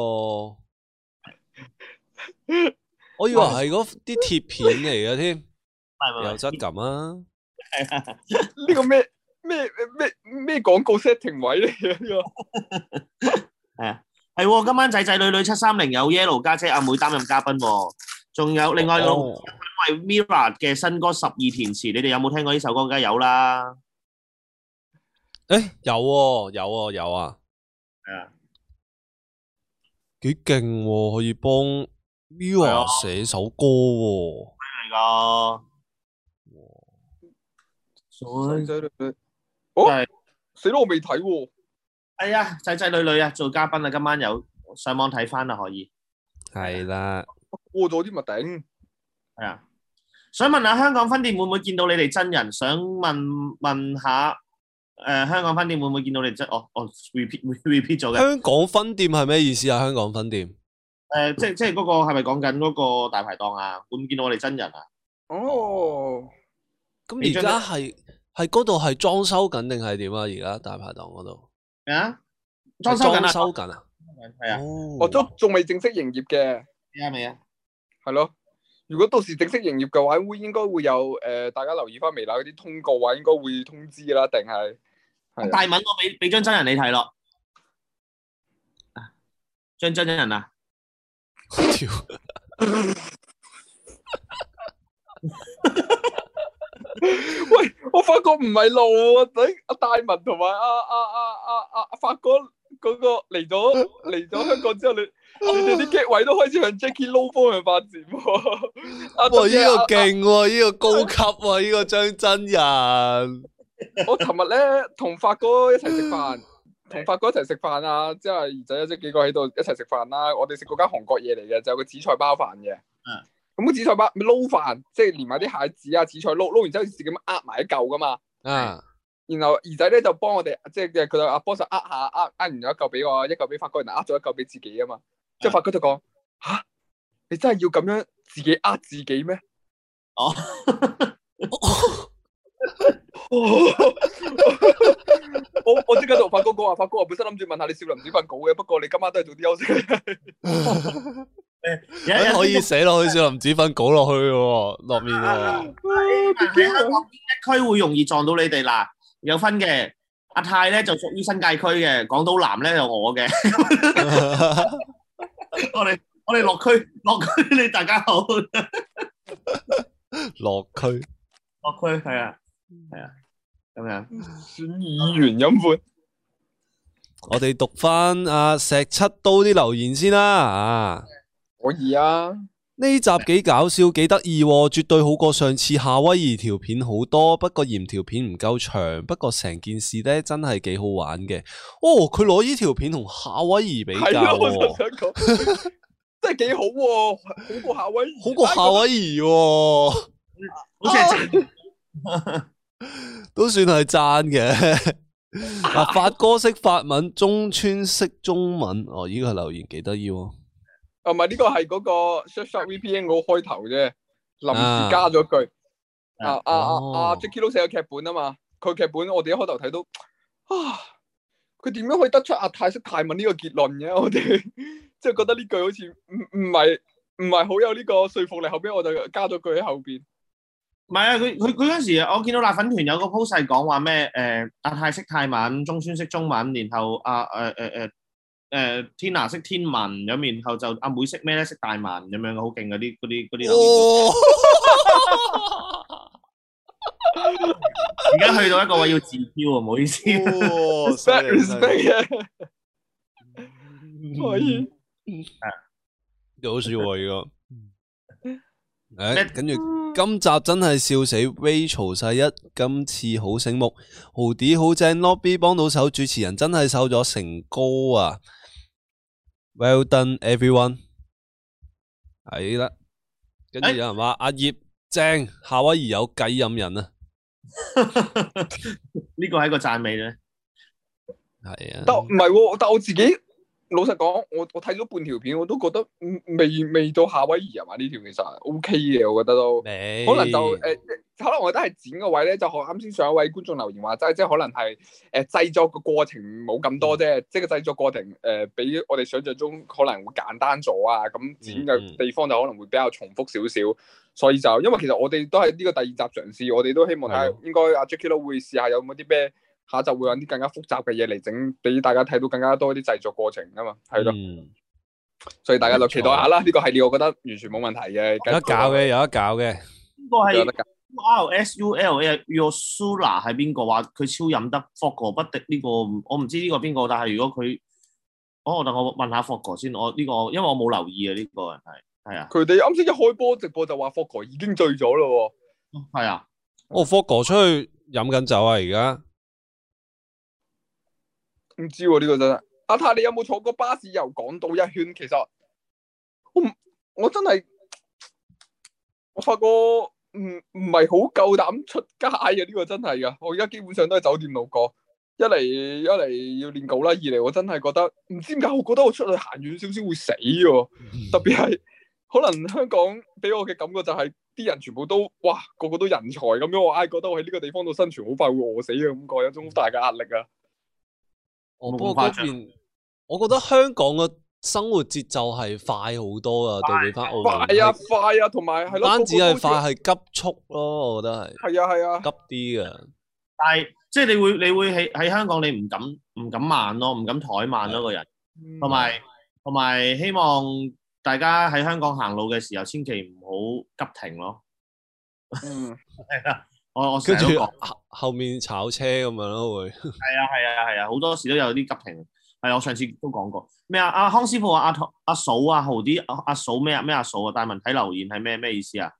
A: 我以為係嗰啲鐵片嚟嘅添，
B: 係咪
A: 有？質感啊！
C: 呢個咩咩咩咩廣告 setting 位嚟嘅呢
B: 係喎，今晚仔仔女女七三零有 Yellow 家姐阿妹擔任嘉賓喎，仲有另外有
A: 哦
B: 因為 Mira 嘅新歌《十二填詞》，你哋有冇聽過呢首歌？梗係有啦，
A: 诶，有喎，有喎，有啊！
B: 係啊，
A: 幾勁喎，可以幫
B: 啊
A: Mira 寫首歌喎。
B: 係噶。所以
C: 個？哦
B: 係，
C: 死咯！我未睇喎，
B: 係啊，仔仔女女啊，做嘉賓啊，今晚有上網睇翻啦，可以。
A: 係啦，
C: 過咗啲咪頂。
B: 系啊，想問下香港分店會唔會見到你哋真人？想問問下，诶、香港分店會唔會見到你真？哦哦，repeat repeat 咗嘅。
A: 香港分店係咩意思啊？香港分店
B: 诶、呃即係即系嗰個係咪講緊嗰個大排檔啊？會唔會見到我哋真人啊？
C: 哦，
A: 咁而家係係嗰度係裝修緊定係點啊？而家大排檔嗰度
B: 咩啊？裝
A: 係
B: 修
A: 裝
B: 緊啊？
A: 修緊啊！
B: 係啊，
C: 我
A: 我
C: 哦都仲未正式營業嘅，
B: 而家未啊？
C: 係咯。如果到時正式營業嘅話，會應該會有诶、呃大家留意翻微辣嗰啲通告啊話，應該會通知啦，定係係
B: 大
C: 啊
B: 文，我俾俾张真人你睇咯。張真人 啊，
A: 屌，
C: 喂，我發覺唔係路啊，等阿大文同埋阿阿阿阿阿發哥嗰個嚟咗 嚟咗香港之後，你你哋啲 get 位都開始向 Jackie Low 方向發展喎。阿
A: 哇！呢
C: 阿
A: 個勁喎，呢個高級喎，呢個張真人。
C: 我尋日咧同發哥一齊食 飯，同發哥一齊食飯啊，之後兒仔即係幾個喺度一齊食飯啦。我哋食嗰間韓國嘢嚟嘅，就有個紫菜包飯嘅。
B: 嗯。
C: 咁個紫菜包咪撈飯，即係連埋啲蟹子啊、紫菜撈撈完之後自己咁呃埋一嚿噶嘛。
A: 啊，
C: 然後兒仔咧就幫我哋，即係佢就阿幫手呃下呃呃完咗一嚿俾我，一嚿俾發哥，然後呃咗一嚿俾自己啊嘛。之後發哥就講：吓，你真係要咁樣自己呃自己咩？
B: 哦，
C: 我我即刻同發哥講話，發哥我本身諗住問下你少林寺份稿嘅，不過你今晚都係早啲休息。
B: 有有
A: 可以寫落去少林寺粉稿落去嘅喎，落面
B: 啊
A: 喎。
B: 喺香港邊一區會容易撞到你哋嗱？有分嘅，阿泰咧就屬於新界區嘅，港島南咧就我嘅。我哋我哋落區 落區，你大家好， 落
A: 落區
B: 區係啊係啊咁樣。
C: 選議員飲款，
A: 我哋讀翻阿石七刀啲留言先啦啊！
C: 可以啊。
A: 呢集幾搞笑，幾得意喎，絕對好過上次夏威夷條片好多。不過嫌條片唔夠長，不過成件事呢真係幾好玩嘅。哦，佢攞呢條片同夏威夷比較
C: 係咯，我就
A: 喎，
C: 想講，真係幾好喎，好過夏威夷，
A: 好過夏威夷喎，
B: 好似係正
A: 都算係讚嘅。嗱，法哥識法文，中村識中文。哦，呢個留言幾得意 喎。
C: 啊，唔係呢個係嗰個 s h u t s h u t VPN 嗰個開頭啫，臨時加咗句。啊啊啊啊
A: 哦
C: ！Jackie 都寫咗劇本啊嘛，佢劇本我哋一開頭睇到啊，佢點樣可以得出阿泰式泰文呢個結論嘅？我哋 即係覺得呢句好似唔唔係唔係好有呢個說服力，後邊我就加咗句喺後邊。
B: 唔係啊！佢佢佢嗰陣時，我見到辣粉團有個 post 係講話咩誒阿泰識泰文，中村識中文，然後阿誒誒誒誒 Tina 識天文咁，然後就阿妹識咩咧？識大文咁樣嘅，好勁嗰啲嗰啲嗰啲留言。
A: 哦，
B: 而家去到一個位要自標啊，唔好意思。
A: 哦犀
C: respect
A: 利犀利
C: respect 嘅，可以。
A: 有好笑啊喎呢個，诶
B: 咩，
A: 跟住
C: 嗯
A: 今集真係笑死 Rachel 細一，今次好醒目，豪啲好正，Lobby 幫到手，主持人真係瘦咗成高啊！Well done everyone，係啦，跟住
C: 哎
A: 有人話阿葉正，夏威夷有計飲人啊，
B: 呢個係一個讚美咧。
A: 係啊，啊
C: 但唔係喎，但我自己老實講，我我睇咗半條片，我都覺得嗯未未到夏威夷啊嘛呢條其實 O K 嘅，我覺得都。
A: 你
C: 可能就誒、呃可能我覺得係剪個位咧，就學啱先上一位觀眾留言話齋，即係可能係誒、呃、製作嘅過程冇咁
A: 嗯
C: 多啫，即係個製作過程誒、呃比我哋想象中可能會簡單咗啊，咁剪
A: 嗯嗯
C: 嘅地方就可能會比較重複少少，所以就因為其實我哋都係呢個第二集嘗試，我哋都希望睇
A: 係
C: 下應該阿 Jackie 都會試下有冇啲咩下集會揾啲更加複雜嘅嘢嚟整，俾大家睇到更加多啲製作過程啊嘛，係咯，
A: 嗯
C: 所以大家就期待下啦，呢、個系列我覺得完全冇問題嘅，
A: 有得搞嘅，有得搞嘅。
B: 呢個係
C: 有得搞
B: R S U L 哎 A Yosula 係邊個話佢超飲得 f o g 不敵呢、個？我唔知呢個邊個，但係如果佢，哦，我等我問下 f o g 先。我呢、個因為我冇留意啊，呢、個人係係啊
C: 佢哋啱先一開波直播就話 f o g 已經醉咗咯
B: 係啊，
A: 我 f o g 哦出去飲緊酒啊，而家
C: 喎，唔知喎呢、個真係。阿泰，你有冇坐過巴士由港島一圈？其實我唔，我真係我發覺唔唔係好夠膽出街嘅呢、個真係噶。我而家基本上都喺酒店度過，一嚟一嚟要練稿啦，二嚟我真係覺得唔知點解，我覺得我出去行遠少少會死喎。特別係可能香港俾我嘅感覺就係啲人全部都哇個個都人才咁樣，我唉覺得我喺呢個地方度生存好快會餓死嘅感覺，有種好大嘅壓力啊！
A: 我
B: 冇咁
A: 不過嗰
B: 誇張
A: 邊，我覺得香港嘅生活節奏係快好多噶，對比翻澳門。
C: 快啊快啊，同埋係
A: 唔
C: 咯，
A: 單止
C: 個個
A: 係
C: 都
A: 快，係急速咯，我覺得
C: 要，係啊係啊，
A: 係急啲嘅。
B: 但係即係你會你會喺喺香港你唔敢唔敢慢咯，唔敢怠慢咯個人，
C: 嗯
B: 同埋同埋希望大家喺香港行路嘅時候，千祈唔好急停咯。
C: 嗯
B: 係啊，我我成
A: 跟
B: 日都
A: 住
B: 講。
A: 後後面炒車咁樣咯，會
B: 係啊，係啊，係啊，好多時都有啲急停。係啊，我上次都講過咩啊？阿康師傅話阿唐阿嫂啊，豪啲阿阿嫂咩啊咩阿嫂啊？大文睇留言係咩咩意思啊？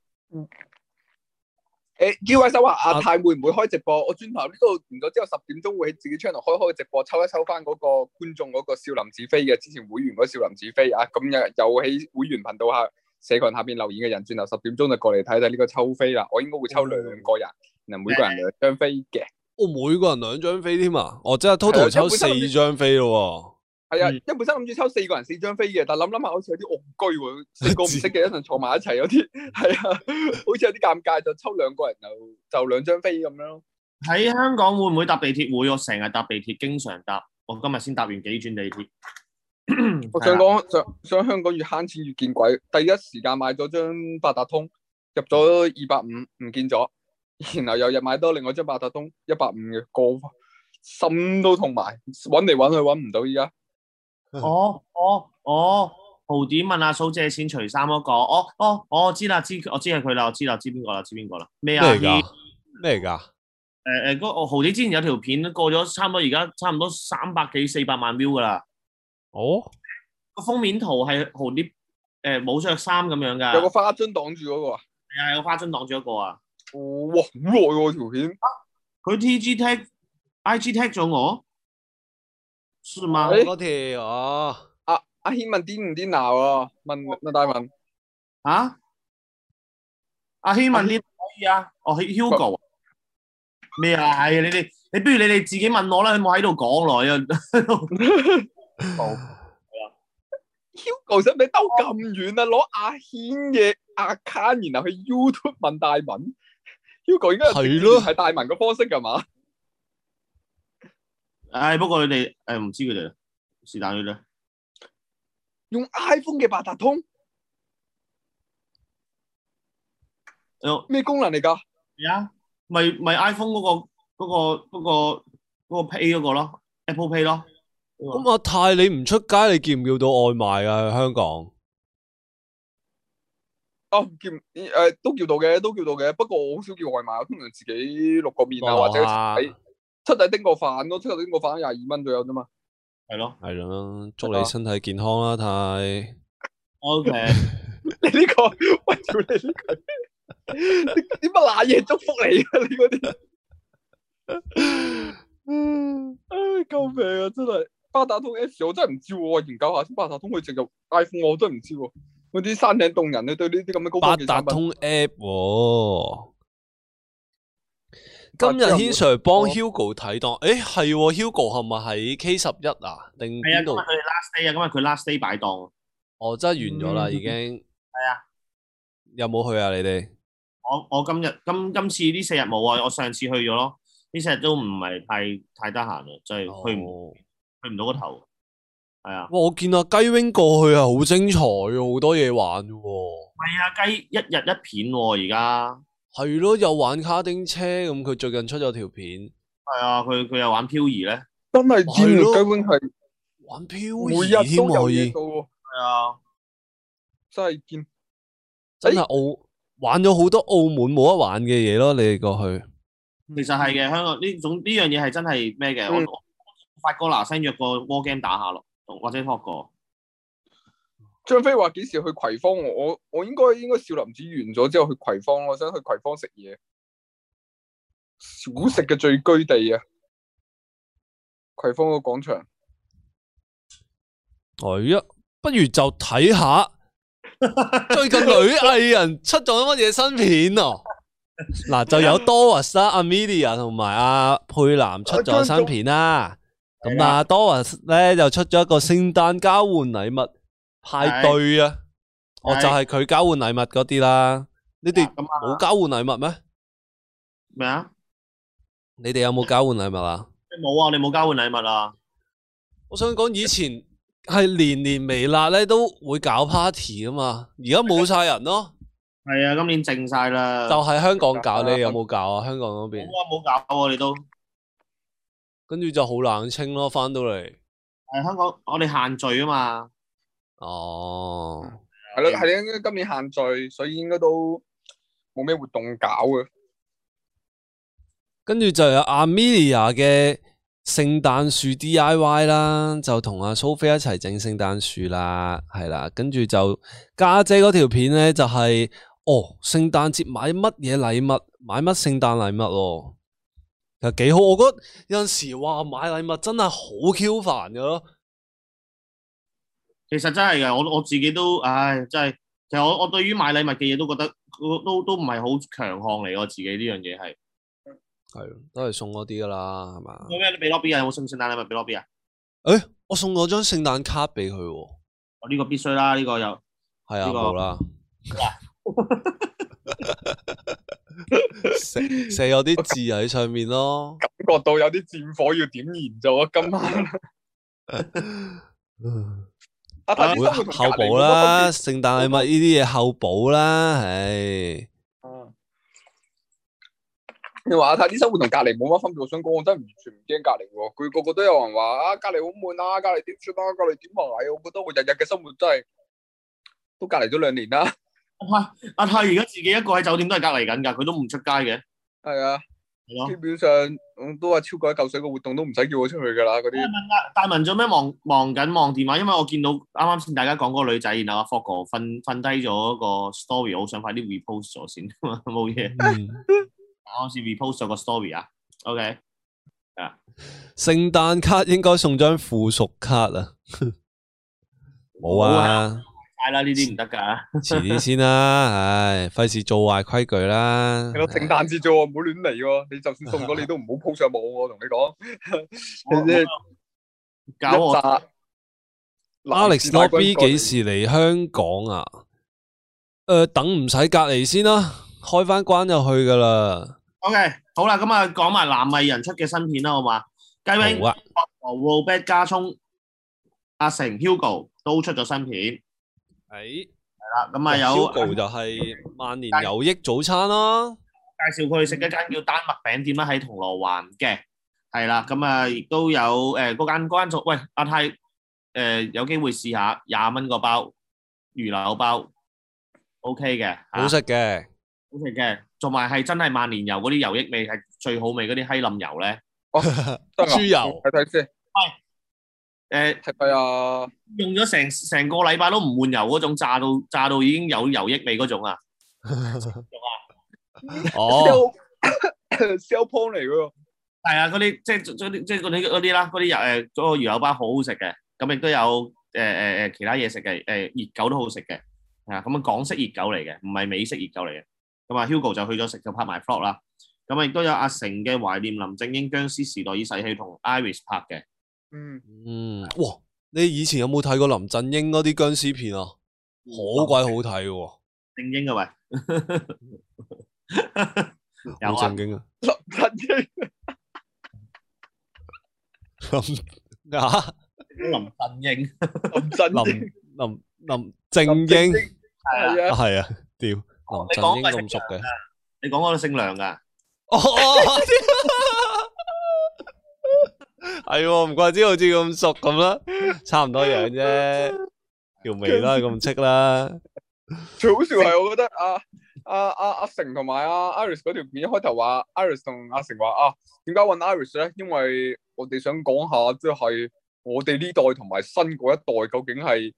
C: 誒 G Y 手話
A: 啊
C: 阿泰會唔會開直播？我轉頭呢度完咗之後十點鐘會喺自己 channel 開開個直播，抽一抽翻嗰個觀眾嗰個少林寺飛嘅，之前會員嗰個少林寺飛啊，咁又又喺會員頻道下社群下邊留言嘅人，轉頭十點鐘就過嚟睇睇呢個抽飛啦。我應該會抽兩個人，嗱每個人兩張飛嘅。
A: 我每哦個人兩張飛添啊！我真係 total
C: 係啊
A: 抽
C: 一本身
A: 四張飛咯
C: 係啊，
B: 嗯
C: 一本身諗住抽四個人四張飛嘅，但諗諗下好似有啲戇居喎，四個唔識嘅一陣坐埋一齊，有啲係啊，好似有啲尷尬，就抽兩個人就就兩張飛咁樣咯。
B: 喺香港會唔會搭地鐵？會，我成日搭地鐵，經常搭。我今日先搭完幾轉地鐵。
C: 我
B: 嗯係啊
C: 想
B: 啦
C: 講想想香港越慳錢越見鬼，第一時間買咗張八達通，入咗二百五唔見咗，然後又日買多另外張八達通一百五嘅，個心都痛埋，揾嚟揾去揾唔到依家。
B: 哦哦哦，豪點問阿嫂借錢除衫嗰個。哦哦，哦我知啦，知我知係佢啦，我知啦，知邊個啦，知邊個啦。咩
A: 喎，
B: 啊？
A: 咩嚟㗎？咩嚟㗎？
B: 誒誒，嗰個哦豪點之前有條片過咗差唔多，而家差唔多三百幾四百萬 view 㗎啦。
A: 哦，
B: 個封面圖係豪啲誒冇着衫咁樣㗎，
C: 有個花樽擋住嗰個啊，
B: 係啊有個花樽擋住一個啊。
C: 哇好耐喎條片。
B: 佢 T G tag、I G tag 咗我，是嗎？
C: 誒
A: 嗰條哦，
C: 阿軒問癲唔癲鬧啊？問問大文，
B: 啊？阿希問啲可以啊？哦係，Hugo 啊咩啊？係啊你哋，你不如你哋自己問我啦，你冇喺度講耐啊。
C: Hugo 使唔使兜咁遠啊？攞阿軒嘅 account，然後去 YouTube 問大文。Hugo 應該
A: 係咯
C: 係大文嘅方式㗎嘛？
B: 唉，不過你哋誒唔知佢哋啦，是但佢哋啦。
C: 用 iPhone 嘅八達通
B: 有
C: 咩功能嚟㗎？
B: 係啊，咪咪 iPhone 嗰個嗰個嗰個嗰個 Pay 嗰個咯，Apple Pay 咯。
A: 咁阿泰你唔出街，你叫唔叫到外賣啊？喺香港？
C: 哦，叫誒、都叫到嘅，都叫到嘅。不過我好少叫外賣，我通常自己淥個麵啊，或者
A: 係
C: 係七仔叮個飯咯，七仔叮個飯廿二蚊左右啫嘛。
B: 係咯
A: 係啦，祝
C: 啊
A: 你身體健康啦，泰。
B: ，OK。
C: 你呢、個喂屌你呢、個，你點乜賴嘢祝福你啊？你嗰啲。
A: 嗯，
C: 唉，救命啊！真系八達通 Apps 我真係唔知喎，我研究下先。八達通佢直入 iPhone 我真係唔知喎。嗰啲山頂洞人你對呢啲咁嘅高
A: 八
C: 科技
A: 達
C: 產品，
A: 通 app，喎今日
C: 之後
A: Hin
C: 冇
A: Sir 幫
C: 哦
A: Hugo 睇檔，诶係喎 Hugo 係咪喺 K 十一啊？定邊
B: 係啊，今日
A: 度？
B: 佢哋 last day 啊，今日佢 last day 擺檔。
A: 哦，真係完咗啦，
C: 嗯
A: 已經。
B: 係啊。
A: 有冇去啊？你哋？
B: 我我今日今今次呢四日冇啊，我上次去咗咯，呢四日都唔係太太得閒啦，就係去唔
A: 哦
B: 去唔到個頭，係啊，
A: 哇！我見阿雞 wing 過去啊係好精彩喎，好多嘢玩嘅喎。
B: 係啊，雞一日一片喎而家，
A: 係咯，又玩卡丁車咁，佢最近出咗條片
B: 係啊，佢佢又玩漂移咧，
C: 真係戰
A: 係咯
C: 雞 wing 係
A: 玩漂
C: 每
A: 移
C: 日
A: 添
C: 都
A: 可
C: 有
A: 以
C: 嘢，做喎，
B: 係啊，
C: 真係見
A: 真係澳玩咗好多澳門冇得玩嘅嘢咯。你哋過去嗯
B: 其實係嘅，香港呢種呢樣嘢係真係咩嘅，我
C: 嗯
B: 我發哥嗱聲約個 war game 打下咯，或者 talk 過，
C: 張飛話幾時去葵芳喎？我我應該應該少林寺完咗之後去葵芳，我想去葵芳食嘢，小食嘅最居地啊！葵芳個廣場，
A: 係啊，不如就睇 下最近女藝人出咗乜嘢新片啊？嗱，就有 Doris 啦、Amelia 同埋阿佩蘭出咗新片啦。咁啊，Doris 咧就出咗一個聖誕交換禮物派對啊，我就係佢交換禮物嗰啲啦。你哋
B: 咁啊
A: 冇交換禮物咩？
B: 咩啊？
A: 你哋有冇交換禮物啊？
B: 冇啊，你冇交換禮物啊？
A: 我想講以前係年年微辣咧都會搞 party 啊嘛，而家冇晒人咯，
B: 係啊，今年靜晒啦，
A: 就
B: 冇啊
A: 係香港搞，你有冇搞啊？香港嗰邊
B: 冇搞啊喎，你都
A: 跟住就好冷清咯，翻到嚟
B: 係香港，我哋限聚啊嘛。
A: 哦，
C: 係咯係應該今年限聚，所以應該都冇咩活動搞啊嘅。
A: 跟住就有 Amelia 嘅聖誕樹 D I Y 啦，就同阿蘇菲一齊整聖誕樹啦，係啦，跟住就家姐嗰條片咧就係、哦，聖誕節買乜嘢禮物，買乜聖誕禮物咯，其實幾好，我覺得有陣時哇買禮物真係好 Q 煩嘅咯，
B: 其實真係嘅，我我自己都，唉，真係，其實我我對於買禮物嘅嘢都覺得都都都唔係好強項嚟，我自己呢樣嘢係。
A: 係都係送嗰啲噶啦，係嘛？
B: 咁咩？你俾 lobby 啊？有冇送聖誕禮物俾 lobby 啊？
A: 我送咗張聖誕卡俾佢喎，
B: 我哦呢個必須啦，呢、個又
A: 係啊，
B: 呢個
A: 冇啦。寫寫有啲字喺上面咯。
C: 感覺到有啲戰火要點燃咗啊！今晚阿泰啊啲
A: 會
C: 生活同
A: 啊後
C: 隔離
A: 補
C: 冇乜
A: 啦，聖誕禮物呢啲嘢後補啦，唉，
C: 分別。你話阿啊泰啲生活同隔離冇乜分別，我想講我真係完全唔驚隔離喎。佢個個都有人話啊，隔離好悶啊，隔離點算啊，隔離點埋啊。我覺得我日日嘅生活真係都隔離咗兩年啦。
B: 阿泰而家自己一個喺酒店都係隔離緊㗎，佢都唔出街嘅，
C: 係啊，
B: 係咯
C: 基。本上嗯都話超過一嚿水嘅活動都唔使叫我出去㗎啦。嗰啲
B: 大文做咩望望緊望電話？因為我見到啱啱先大家講嗰個女仔，然後阿 Fog 哥瞓瞓低咗個 story，我好想快啲 repost 咗先，冇嘢。
A: 嗯
B: 我先 repost 咗個 story 啊，OK。
A: 聖誕卡應該送張附屬卡啊，冇啊，
B: 係啦，呢啲唔得㗎。
A: 遲啲先啦，唉，費事做壞規矩啦
C: 係。咯，聖誕節啫喎，唔好亂嚟喎。你就算送咗，你都唔好 po 上網喎。我同你講，
B: 我我
C: 你一
B: 搞我
C: 紮男
A: Alex
C: 子大軍過
A: Lobby
C: 嚟
A: 幾時嚟香港啊？诶、等唔使隔離先啦，開翻關就去噶啦。
B: OK，好啦，咁啊，講埋男藝人出嘅新片啦，好嘛？雞 wing、
A: 好啊，
B: Robert 加聰、阿成、Hugo 都出咗新片
C: 啊
A: 诶，
B: 啦，咁啊有
A: Hugo 就係萬年有益早餐啦。
B: 介紹佢食一間叫丹麥餅店啦，喺銅鑼灣嘅，係啦，咁啊亦都有誒嗰間嗰間做，喂阿泰誒、有機會試下廿蚊個包魚柳包，OK 嘅，
C: 啊
A: 好食嘅，
B: 好食嘅，同埋係真係萬年油嗰啲油益味係最好味嗰啲閪冧油咧，
C: 得啊
A: 豬油
C: 睇睇先，
B: 誒、
C: 睇睇啊。
B: 用咗成成個禮拜都唔換油嗰種，炸到炸到已經有油益味嗰種啊！
A: 哦，
C: sell point 嚟噶，
B: 係啊，嗰啲即係嗰啲即係嗰啲嗰啲啦，嗰啲油誒嗰個魚柳包好好食嘅，咁亦都有誒誒誒其他嘢食嘅，誒、熱狗都好食嘅，係啊，咁啊港式熱狗嚟嘅，唔係美式熱狗嚟嘅。咁啊 Hugo 就去咗食就拍埋 vlog 啦，咁啊亦都有阿成嘅懷念林正英僵屍時代已逝去同 Iris 拍嘅。
C: 嗯，
A: 嗯，哇！你以前有冇睇過林振英嗰啲僵屍片啊？好鬼好睇嘅喎，
B: 正英嘅喂，有
A: 好
B: 啊
A: 正，經啊！
C: 林振英
A: 林 啊，
B: 嗯林振英，
C: 林振英
A: 林林林正
C: 林正
A: 英
C: 係啊，哦
A: 係啊，屌林振英咁熟嘅，
B: 你講嗰個姓梁噶，
A: 哦哦， 係哎喎，唔怪之好似咁熟咁啦，差唔多樣啫，條眉都係咁戚啦。
C: 最好笑係我覺得啊啊啊阿成同埋阿 Iris 嗰條片一開頭話 Iris 同阿成話啊，點解揾 Iris 咧？因為我哋想講下即係我哋呢代同埋新嗰一代究竟係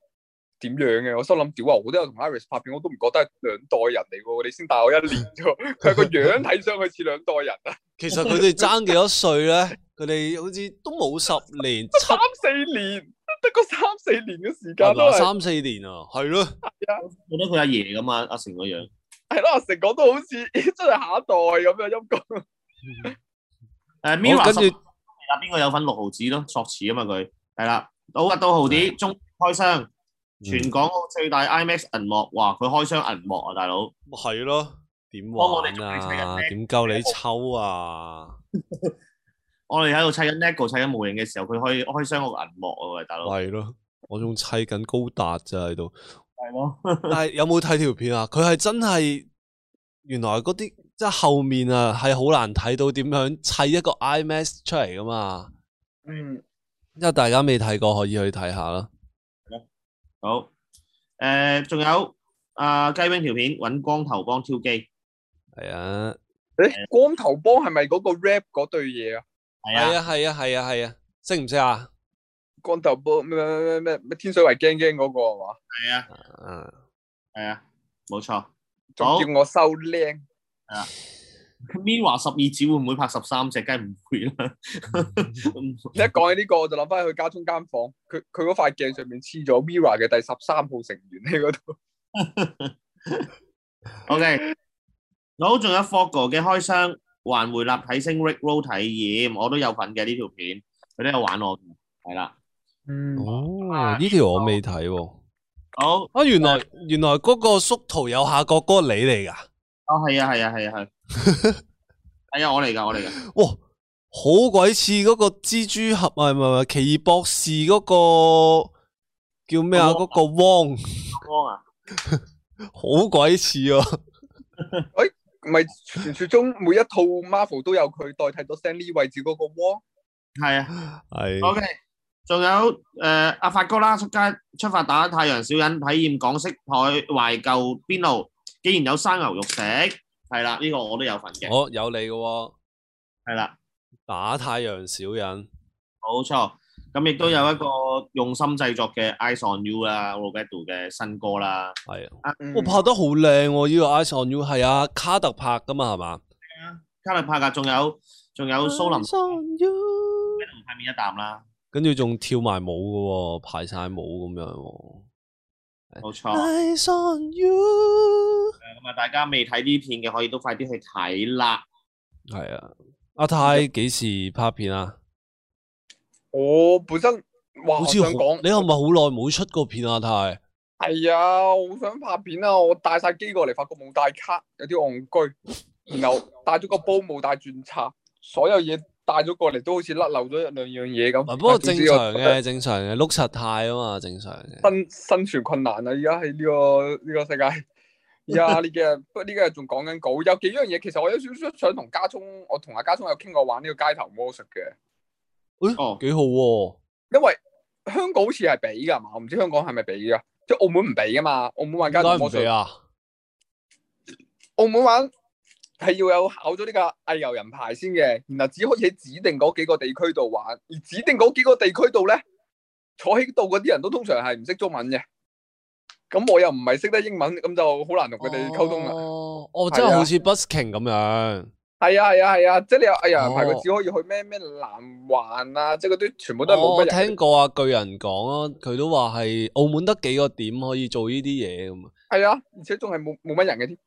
C: 點樣嘅？我心諗屌啊，我都有同 Iris 拍片，我都唔覺得係兩代人嚟喎，你先大我一年啫喎，佢個樣睇上去似兩代人啊，
A: 其實佢哋爭幾多歲咧？佢哋好似都冇十年七
C: 三四年得個三四年嘅時間都
A: 嗱
C: 係。
A: 三四年啊，係咯。
B: 我覺得佢阿爺咁啊，阿成個樣。
C: 系咯，阿成講到好似 真係下一代咁樣陰公。
B: 誒
A: 好
B: Mira
A: 跟
B: 十
A: 住
B: 係啦，邊個有份六毫子咯？索士啊嘛佢係啦，好啊，到豪啲中開箱，
A: 嗯
B: 全港澳最大 IMAX 銀幕，哇！佢開箱銀幕啊，大佬，
A: 咪係咯，點
B: 幫我
A: 玩
B: 哋做
A: 啊？
B: 你砌嘅
A: 點夠你抽啊？
B: 我哋喺度砌緊 LEGO 砌緊模型嘅時候，佢可以開箱個銀幕啊，喂，大佬，
A: 係咯，我仲砌緊高達咋喺度。
B: 係咯，
A: 但係有冇睇條片啊？佢係真係原來嗰啲即係後面啊，係好難睇到點樣砌一個 IMAX 出嚟噶嘛。
C: 嗯，
A: 因為大家未睇過，可以去睇下啦。
B: 好誒，仲有啊雞 wing 條片揾光頭幫挑機，
A: 係啊，
C: 诶，光頭幫係咪嗰個 rap 嗰對嘢啊？
B: 係
A: 係
B: 啊，
A: 啊，係啊，係啊，係啊，識唔識啊？
C: 光頭幫咩咩咩咩咩天水圍驚驚嗰個係嘛？
B: 係啊，
A: 嗯。
B: 係啊，冇錯。
C: 仲
B: 好
C: 叫我收靚，
B: Mira 十二指會唔會拍十三隻？梗係唔會 啦。
C: 一講起呢個我就諗翻去佢家中間房，佢佢嗰塊鏡上面黐咗 Mira 嘅第十三號成員喺嗰度。
B: OK，好，仲有 Fogo 嘅開箱，還回立體聲 Rick Roll 體驗，我都有份嘅呢條片，佢都有玩我嘅，係啦。
C: 嗯
A: 哦，呢條我未睇喎。
B: 好，哦
A: 啊，原來原來嗰個縮圖右下角嗰個你嚟㗎。
B: 係啊，係啊，係啊，係。係啊，我嚟噶，我嚟噶，
A: 哇，好鬼似嗰個蜘蛛俠啊，唔係唔係奇異博士嗰、個叫咩啊？嗰、
B: 個
A: 個汪，
B: 光啊，
A: 好鬼似啊！
C: 唔係傳説中每一套 Marvel 都有佢代替咗 Stan Lee 位置嗰個窩。
B: 係啊。
A: 係
B: OK，仲有誒阿發哥啦，出街出發打太陽小人，體驗港式台懷舊邊爐，既然有生牛肉食，係啦，呢個我都有份嘅，
A: 我有你嘅喎，
B: 係啦。
A: 打太陽小人，
B: 冇錯，咁亦都有一個用心製作嘅《Eyes on You》啦 r o b e r t o 嘅新歌啦。
A: 係啊，
C: 嗯
A: 我拍得好靚喎！呢、個 Eyes on You 係啊，卡特拍㗎嘛係嘛？
B: 卡特帕格仲有仲有蘇林
A: Eyes on you，
B: 塊面一啖啦，
A: 跟住仲跳埋舞嘅喎，排晒舞咁樣喎。
B: 冇
C: 啊
B: 錯。
A: Eyes on you。
B: 咁啊，大家未睇呢片嘅可以都快啲去睇啦。
A: 系啊，阿泰幾時拍片啊？
C: 我本身哇，
A: 好
C: 我
A: 似
C: 想
A: 好
C: 講
A: 你係咪好耐冇出過片啊？阿泰，
C: 系啊，我好想拍片啊！我帶晒機過嚟，發覺冇帶卡，有啲戇居。然後帶咗個煲，冇帶轉插，所有嘢帶咗過嚟都好似甩漏咗一兩樣嘢咁。
A: 唔不過正
C: 總之
A: 常
C: 我覺得
A: 嘅，正常嘅，碌實泰啊嘛，正常嘅。
C: 生生存困難啊！而家喺呢個呢、個世界，而家呢幾日，不過呢幾日仲講緊稿，有幾樣嘢其實我有少少想同家聰，我同阿家聰有傾過玩呢個街頭魔術嘅，
B: 哦，
A: 幾好喎，
C: 因為香港好似係俾㗎嘛，我唔知香港係咪俾㗎，即系澳門唔俾㗎嘛，澳門玩街
A: 點
C: 頭
A: 解
C: 魔
A: 唔
C: 術
A: 俾。啊？
C: 澳門玩係要有考咗呢個藝遊人牌先嘅，然後只可以喺指定嗰幾個地區度玩，而指定嗰幾個地區度咧，坐喺度嗰啲人都通常係唔識中文嘅。咁我又唔係識得英文，咁就好難同佢哋溝通啊啦。
A: 哦，哦，真係好似 busking 咁樣。
C: 係啊係啊係啊，即係你有藝遊人牌，
A: 哦
C: 佢只可以去咩咩南環啊，即係嗰啲全部都係
A: 哦
C: 冇
A: 我
C: 乜人
A: 聽。過啊，巨人講啊，佢都話係澳門得幾個點可以做呢啲嘢咁啊。
C: 係啊，而且仲係冇冇乜人嘅添。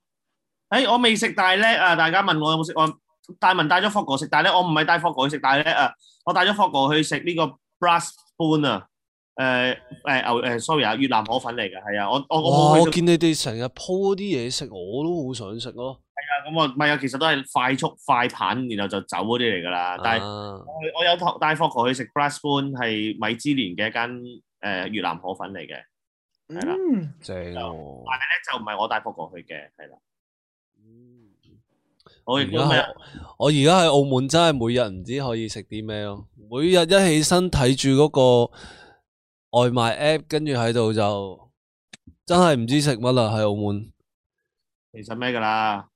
B: 誒，我未食大叻啊！大家問我有冇食，我大文帶咗霍哥食，但係咧我唔係帶霍哥去食，但係咧誒，我帶咗霍哥去食呢個 brass spoon 啊，誒誒牛誒，sorry 啊，越南河粉嚟嘅，係啊，我我我
A: 哇！
B: 冇
A: 我
B: 去食
A: 見你哋成日 po 啲嘢食，我都好想食咯。
B: 啊，咁我唔係啊，其實都係快速快棒，然後就走嗰啲嚟㗎
A: 啊
B: 啦，啊但係。
A: 係
B: 我我有托帶霍哥去食 Brass Spoon，係米芝蓮嘅一間誒越南河粉嚟嘅，咧係啦
C: 嗯，
A: 正喎。
B: 就唔係我帶霍哥去嘅，係啦。我
A: 而
B: 亦
A: 家
B: 都咩啊
A: 喺我而家喺澳門真係每日唔知可以食啲咩咯，每日一起身睇住嗰個外賣 app，跟住喺度就真係唔知食乜啦喺澳門。
B: 其實咩㗎啦？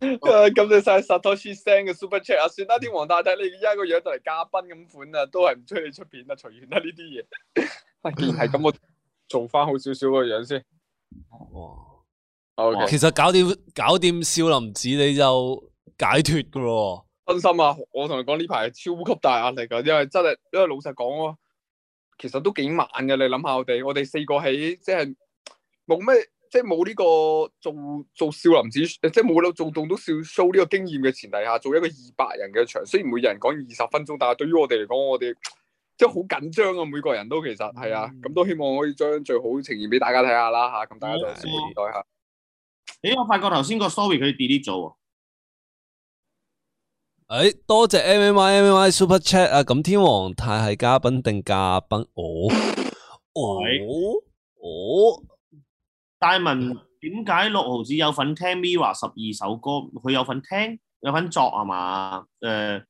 C: 誒感謝晒 Satoshi Sen 嘅 Super Chat 啊！算啦，天王大帝，你而家個樣就嚟嘉賓咁款啊，都係唔吹你出邊啦，隨緣啦呢啲嘢。 啊，既然係咁，我做翻好少少個樣先。
A: 哇！
C: O K，
A: 哦其實搞掂搞掂少林寺你就解脱噶咯
C: 真心啊！我同你講呢排超級大壓力㗎，因為真係，因為老實講啊，其實都幾慢嘅。你諗下我哋，我哋四個喺即係冇咩，即係冇呢個做做少林寺，即係冇到做棟篤笑 show 呢個經驗嘅前提下，做一個二百人嘅場，雖然每人講二十分鐘，但係對於我哋嚟講，我哋即係好緊張啊！每個人都其實係啊，咁都希望可以將最好呈現俾大家睇下啦吓，咁大家就拭目以待下。
B: 咦，我發覺頭先個 story 佢 delete 咗喎。
A: 喎。诶、多謝 M M I M M I Super Chat 啊！咁天王太係嘉賓定嘉賓？哦我
B: 喂
A: 我我
B: 大文點解六毫子有份聽 Mira 十二首歌？佢有份聽，有份作係嘛？誒、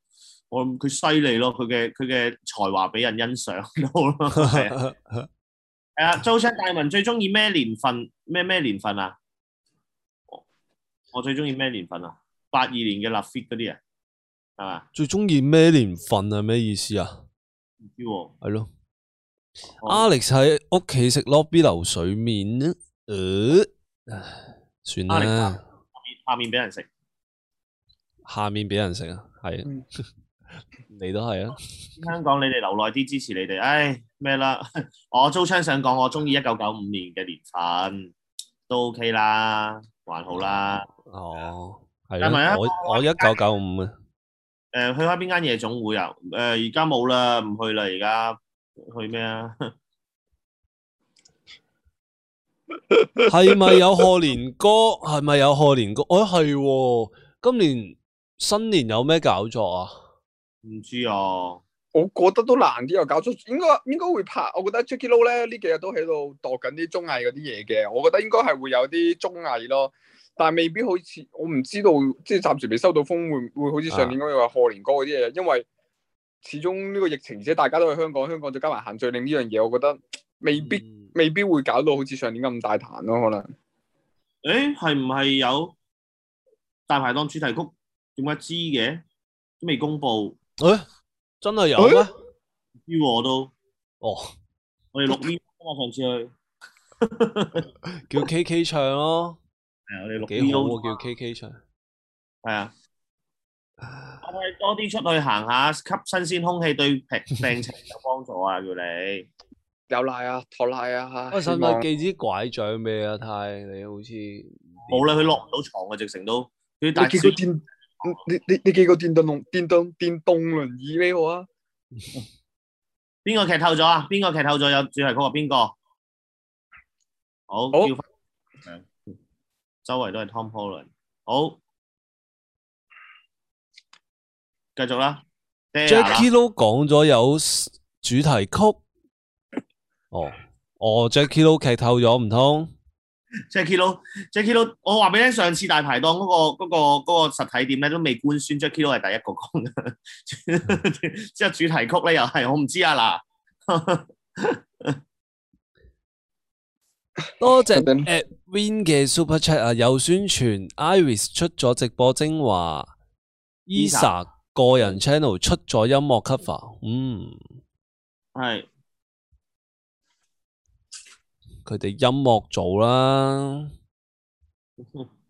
B: 我諗佢犀利咯，佢嘅佢嘅才華俾人欣賞 到咯。係啊係啊，Jo 大文最中意咩年份？咩咩年份啊？我我最中意咩年份啊？八二年嘅立 fit 嗰啲啊，係嘛？
A: 最中意咩年份啊？咩意思啊？
B: 唔知喎。
A: 係咯。
B: 哦
A: Alex 喺屋企食 lobby 流水面咧，诶、唉算
B: Alex 啊
A: 啦，
B: 下面俾人食，
A: 下面俾人食啊，系啊
C: 嗯，
A: 你都系啊，
B: 香港你哋留耐啲支持你哋。唉，咩啦？ 我 Jo 想講，我中意一九九五年嘅年份，都 OK 啦，還好啦。
A: 哦，系
B: 但係
A: 啊
B: 啊，
A: 我我一九九五啊，
B: 誒、去開邊間夜總會啊？誒、而家冇啦，唔去啦，而家去咩啊？
A: 系咪有贺年歌？系咪有贺年歌？哦，系、喎，今年新年有咩搞作啊？
B: 唔知啊。
C: 我覺得都難啲又搞出，應該應該會拍。我覺得 Jackie Lou 咧呢幾日都喺度度緊啲綜藝嗰啲嘢嘅，我覺得應該係會有啲綜藝咯，但係未必好似我唔知道，即係暫時未收到風會唔會好似上年咁樣話賀年歌嗰啲嘢，因為始終呢個疫情，而且大家都喺香港，香港再加埋限聚令呢樣嘢，我覺得未必、
A: 嗯
C: 未必會搞到好似上年咁大壇咯，可能。
B: 誒係 唔係有大排檔主題曲？點解知嘅？都未公佈，唔
A: 诶、真系有咩？
C: 誒
B: 知喎我都。
A: 哦，
B: 我哋錄呢啊嘛，上次去係
A: 叫 K K 唱咯，
B: 啊，我哋
A: 几
B: 錄
A: 好
B: 呢
A: 啊，叫 K K 唱。
B: 係啊。我哋多啲出去行下，吸新鮮空氣對病 病情有幫助啊！叫你
C: 有奶啊，托奶啊，
A: 喂，
C: 希
A: 使
C: 望
A: 唔使寄支拐杖俾阿泰？你好似
B: 冇啦，佢落唔到床啊，直成都佢
C: 你
B: 大
C: 幾個電，你你你幾個電動輪電動電動輪椅俾我啊！
B: 邊個劇透咗啊？邊個劇透咗有主題曲啊？邊個？好，
C: 好
B: 叫返周圍都係 Tom Holland。好，繼續啦。Dare 啦
A: Jackie Lou 講咗有主題曲，哦，哦，Jackie Lou 劇透咗唔通？
B: Jackie Lou，Jackie Lou，我話俾你聽，上次大排檔嗰、個嗰、個嗰、個實體店咧都未官宣，Jackie Lou 係第一個講嘅。之後主題曲咧又係我唔知啊嗱，
A: 多謝
C: 等等
A: at Win 嘅 Super Chat 啊，有宣傳 Iris 出咗直播精華，Esa 個人 channel 出咗音樂 cover，嗯，
B: 係
A: 佢哋音樂組啦，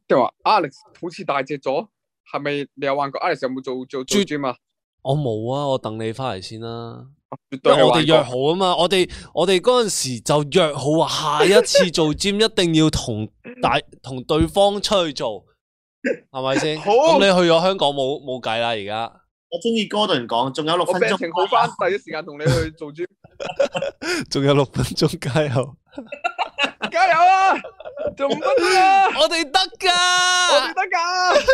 C: 即係話 Alex 好似大隻咗，係咪你有玩過 Alex 有冇做做做
A: 絕
C: gym 啊？
A: 我冇啊，我等你翻嚟先啦。
C: 絕
A: 因
C: 對
A: 為
C: 有
A: 我哋
C: 玩
A: 約
C: 過。
A: 好啊嘛，我哋我哋嗰阵时就約好話下一次做 gym 一定要同大同對方出去做，系咪先？
C: 好
A: 咁你去咗香港冇冇计啦，而家
B: 我中意 Gordon 講，仲有六
C: 我
B: 分
C: 病
B: 鐘
C: 情好翻，第一時間同你去做 專，
A: 仲有六分钟加油，
C: 加油啊！仲五 分鐘啊！
A: 我哋得
C: 我
A: 噶
C: 記。得噶。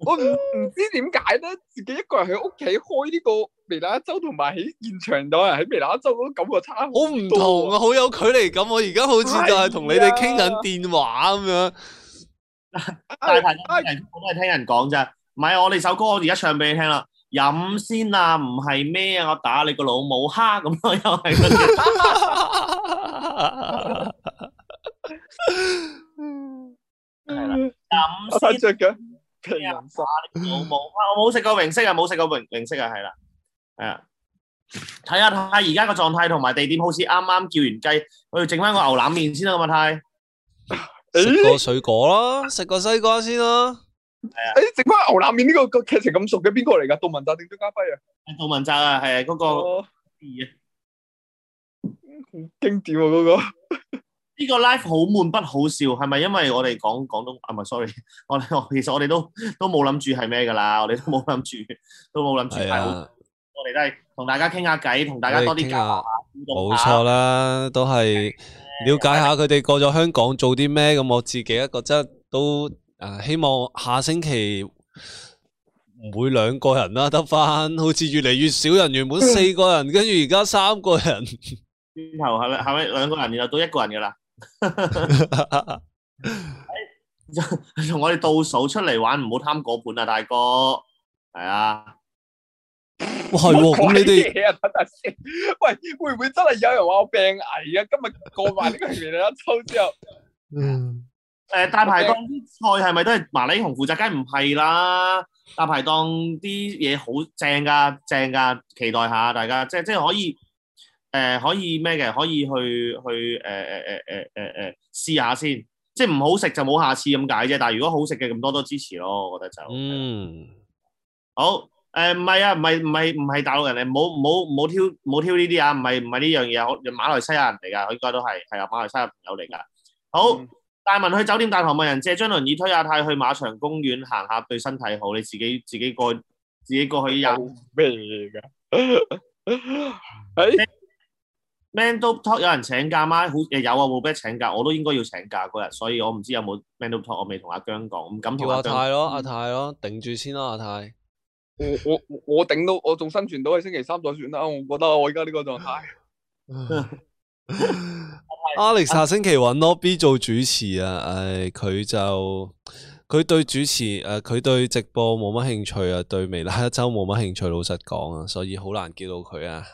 C: 我唔唔知點解咧，自己一個人喺屋企開呢個微辣一周，同埋喺現場有人喺微辣一周嗰種感覺差好
A: 好唔同啊，好有距離感。我而家好似就
B: 哎
A: 係同你哋傾緊電話咁 樣。
B: 大排檔人我都係聽人講咋。唔係我哋首歌，我而家唱俾你聽啦。飲先啊，唔係咩啊，我打你個老母蝦咁咯，又係嗰啲。係啦飲
C: 我睇
B: 先
C: 着嘅平
B: Dạ.
C: 人心。
B: 老母蝦，我冇食過榮式啊，冇食過榮榮式啊，係啦，係啊。睇下睇下而家個狀態同埋地點，好似啱啱叫完雞，我要整翻個牛腩面先啦，咁啊太。
A: 食
C: 誒
B: 哎
A: 個水果啦，食個西瓜先啦。
C: 誒，哎整翻牛腩面呢個個劇情咁熟嘅，邊個嚟噶？杜汶澤定張家輝啊？
B: 杜汶澤啊，係啊嗰個
C: 哦，
B: 二啊
C: 好經典喎嗰個。
B: 呢個 live 好悶不好笑，係咪因為我哋講廣東啊？唔係，sorry，我 à, 哋我其實我哋都都冇諗住係咩㗎啦，我哋都冇諗住，都冇諗住
A: 係
B: 太好。
A: 啊，
B: 我哋都係同大家傾下偈，同大家多
A: 我哋
B: 啲
A: 傾
B: 交流啊
A: 下，
B: 互動
A: 冇
B: 下
A: 錯啦，都係了解下佢哋過咗香港做啲咩。咁我自己一個真都诶，希望下星期。唔會兩個人啦，得翻好似越嚟越少人，原本四個人，跟住而家三個 人，
B: 轉頭係咪係咪兩個人，然後到一個人㗎啦？ 同我哋倒數出嚟玩，唔好貪果盤啊，大哥。係啊，
A: 哇係喎，咁你哋
C: 乜鬼嘢啊等陣先。 喂，會唔會真係有人話我病危啊？今日過埋呢個微辣一周之後，
B: 誒、大排檔啲菜係咪都係麻利紅負責？梗係唔係啦，大排檔啲嘢好正㗎，正㗎，期待下大家，即係即係可以誒、可以咩嘅，可以去去誒誒誒誒誒誒試下先，即係唔好食就冇下次咁解啫。但係如果好食嘅咁多多支持咯，我覺得就。
A: 嗯，
B: 好，誒唔係啊，唔係唔係唔係大陸人嚟，唔好唔好唔好挑唔好挑呢啲啊，唔係唔係呢樣嘢，我馬來西亞人嚟㗎，佢應該都係係啊，馬來西亞朋友嚟㗎。好，
C: 嗯
B: 大文去酒店大堂問人借張輪椅推阿泰去馬場公園行下，對身體好，你自己自己過自己過去有
C: 有咩噶？ 誒，
B: Man Do Talk 有人請假嗎？好誒有啊，冇咩請假，我都應該要請假嗰日，所以我唔知有冇 Man Do Talk，我未同阿姜講，唔敢
A: 叫
B: 同
A: 阿
B: 哦阿姜講。
A: 泰咯，阿泰咯，頂住先啦，阿泰。
C: 我我我我頂到，我仲生存到喺星期三再算啦。我覺得我而家呢個狀態。
A: Alex
B: 啊
A: 下星期揾 l o B 做主持啊，唉，佢就佢對主持诶，呃佢、對直播冇乜興趣啊，對微辣一周冇乜興趣，老實講啊，所以好難叫到佢啊，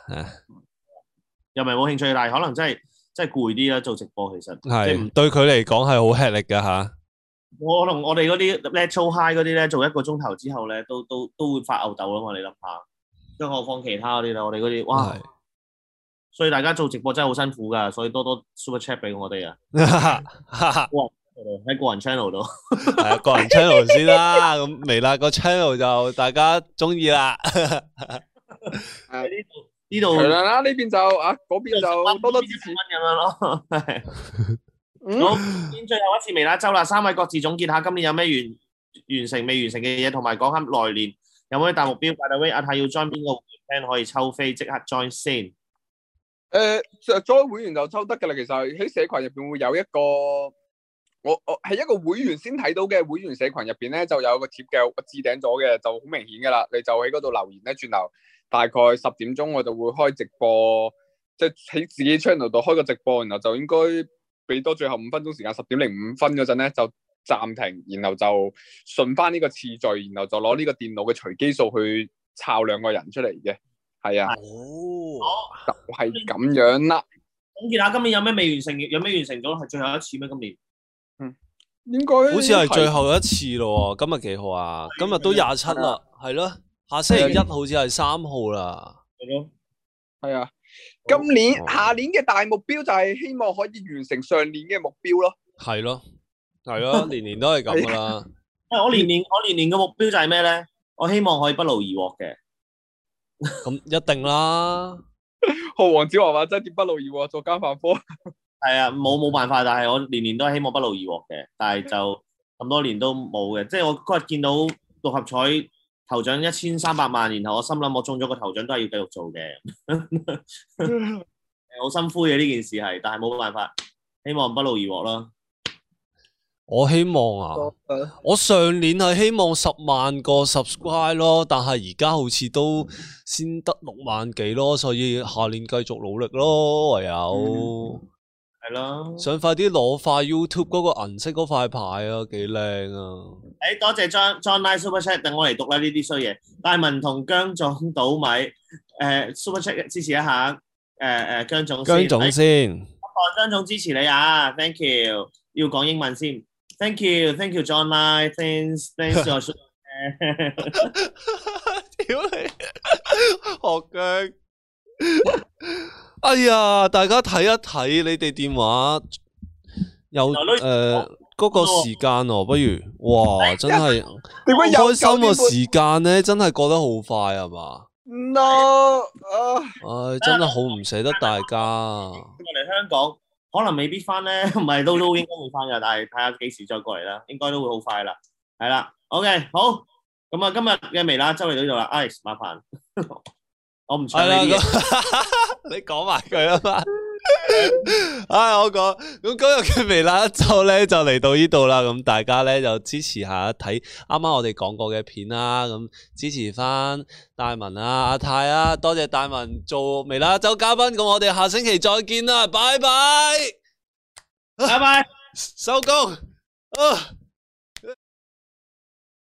B: 又唔係冇興趣，但係可能真係真係攰啲啦，做直播其實。嗯即係
A: 係
B: 唔
A: 對佢嚟講係好吃力噶吓，
B: 我同我哋嗰啲 let show high 嗰啲咧，做一個鐘頭之後咧，都都都會發吽豆啦嘛！你諗下，更何況其他嗰啲啦，我哋嗰啲哇
A: 係，
B: 所以大家做直播真係好辛苦噶，所以多多 super chat 俾我哋啊，
A: 係
B: 喺個人 channel 度。
A: 啊，個人 channel 先啦，咁微辣個 channel 就大家中意啦，
B: 呢度
C: 強量啦，呢邊就啊，嗰邊就多多支持
B: 蚊。咁樣咯。係
C: 嗯，
B: 好，先最後一次微辣周啦，三位各自總結下今年有咩完完成未完成嘅嘢，同埋講下來年有冇啲大目標。By the way，阿泰要 join 邊個 friend 可以抽飛，即刻 join 先。
C: 誒，就 join 呃會員就抽得㗎啦。其實喺社群入邊會有一個，我我係一個會員先睇到嘅會員社群入邊咧，就有個貼嘅，我置頂咗嘅，就好明顯㗎啦。你就喺嗰度留言咧，轉頭大概十點鐘我就會開直播，即係喺自己 channel 度開個直播，然後就應該俾多最後五分鐘時間，十點零五分嗰陣咧就暫停，然後就順翻呢個次序，然後就攞呢個電腦嘅隨機數去抄兩個人出嚟嘅。係啊，
A: 哦，
C: 就係咁樣啦。
B: 總結下今年有咩未完成，有咩完成咗係最後一次咩？今年？
C: 應該
A: 好似係最後一次咯喎，今日幾號啊？今日都廿七啦，係咯，下星期一好似係啊三號啦。
B: 係咯，
C: 係啊。今年
A: 哦
C: 下年嘅大目標就係希望可以完成上年嘅目標咯。
A: 系咯，系 咯，年年都系咁噶啦。
B: 因為我年年我年年嘅目標就係咩咧？我希望可以不勞而獲嘅。
A: 咁一定啦，
C: 學王子華話真係點不勞而獲，作奸犯科。
B: 係啊，冇冇辦法，但係我年年都係希望不勞而獲嘅。但係就咁多年都冇嘅。即係我嗰日見到六合彩頭獎一千三百萬，然後我心諗我中咗個頭獎都係要繼續做嘅。嗯 好心灰嘅呢件事係，但係冇辦法，希望不勞而獲啦。
A: 我希望啊，我上年係希望十萬個 subscribe 咯，但係而家好似都先得六萬幾咯，所以下年繼續努力咯，唯有、
B: 係咯，
A: 想快啲攞塊 YouTube 嗰個銀色嗰塊牌啊，幾靚啊！
B: 誒哎多謝 John John Line Super Chat，等我嚟讀啦呢啲衰嘢。大文同姜總倒米，誒、Super Chat 支持一下，誒、誒姜總
A: 姜
B: 先。
A: 總先，
B: 哦，張總支持你啊，thank you。要講英文先，thank you，thank you John Lai。thanks thanks your show。
A: 屌你， 學姜！ 哎呀，大家睇一睇你哋電話有
B: 原來
A: 誒
B: 都
A: 嗰、個時間哦，不如哇，真 係〜
C: 点解又
A: 開心嘅
C: 九點
A: 時間咧，真係過得好快係嘛？
C: 半？No 啊！
A: 唉，真係好唔捨得大家啊。
B: 過嚟香港可能未必翻咧， 唔係都都應該會翻㗎，但係睇下幾時再過嚟啦，應該都會好快啦。係啦，OK，好。咁啊，今日嘅微辣周嚟到呢度啦，Ice 麻煩， 我唔
A: 係
B: 唱呢
A: 啦，
B: 啲嘢。
A: 咁你講埋佢啊嘛。唉，我講咁今日嘅微辣一周咧就嚟到呢度啦，咁大家咧就支持下睇啱啱我哋講過嘅片啦，咁支持翻大文啊、阿泰啊，多謝大文做微辣一周嘉賓，咁我哋下星期再見啦，拜拜，
B: 拜拜。
A: 收工。啊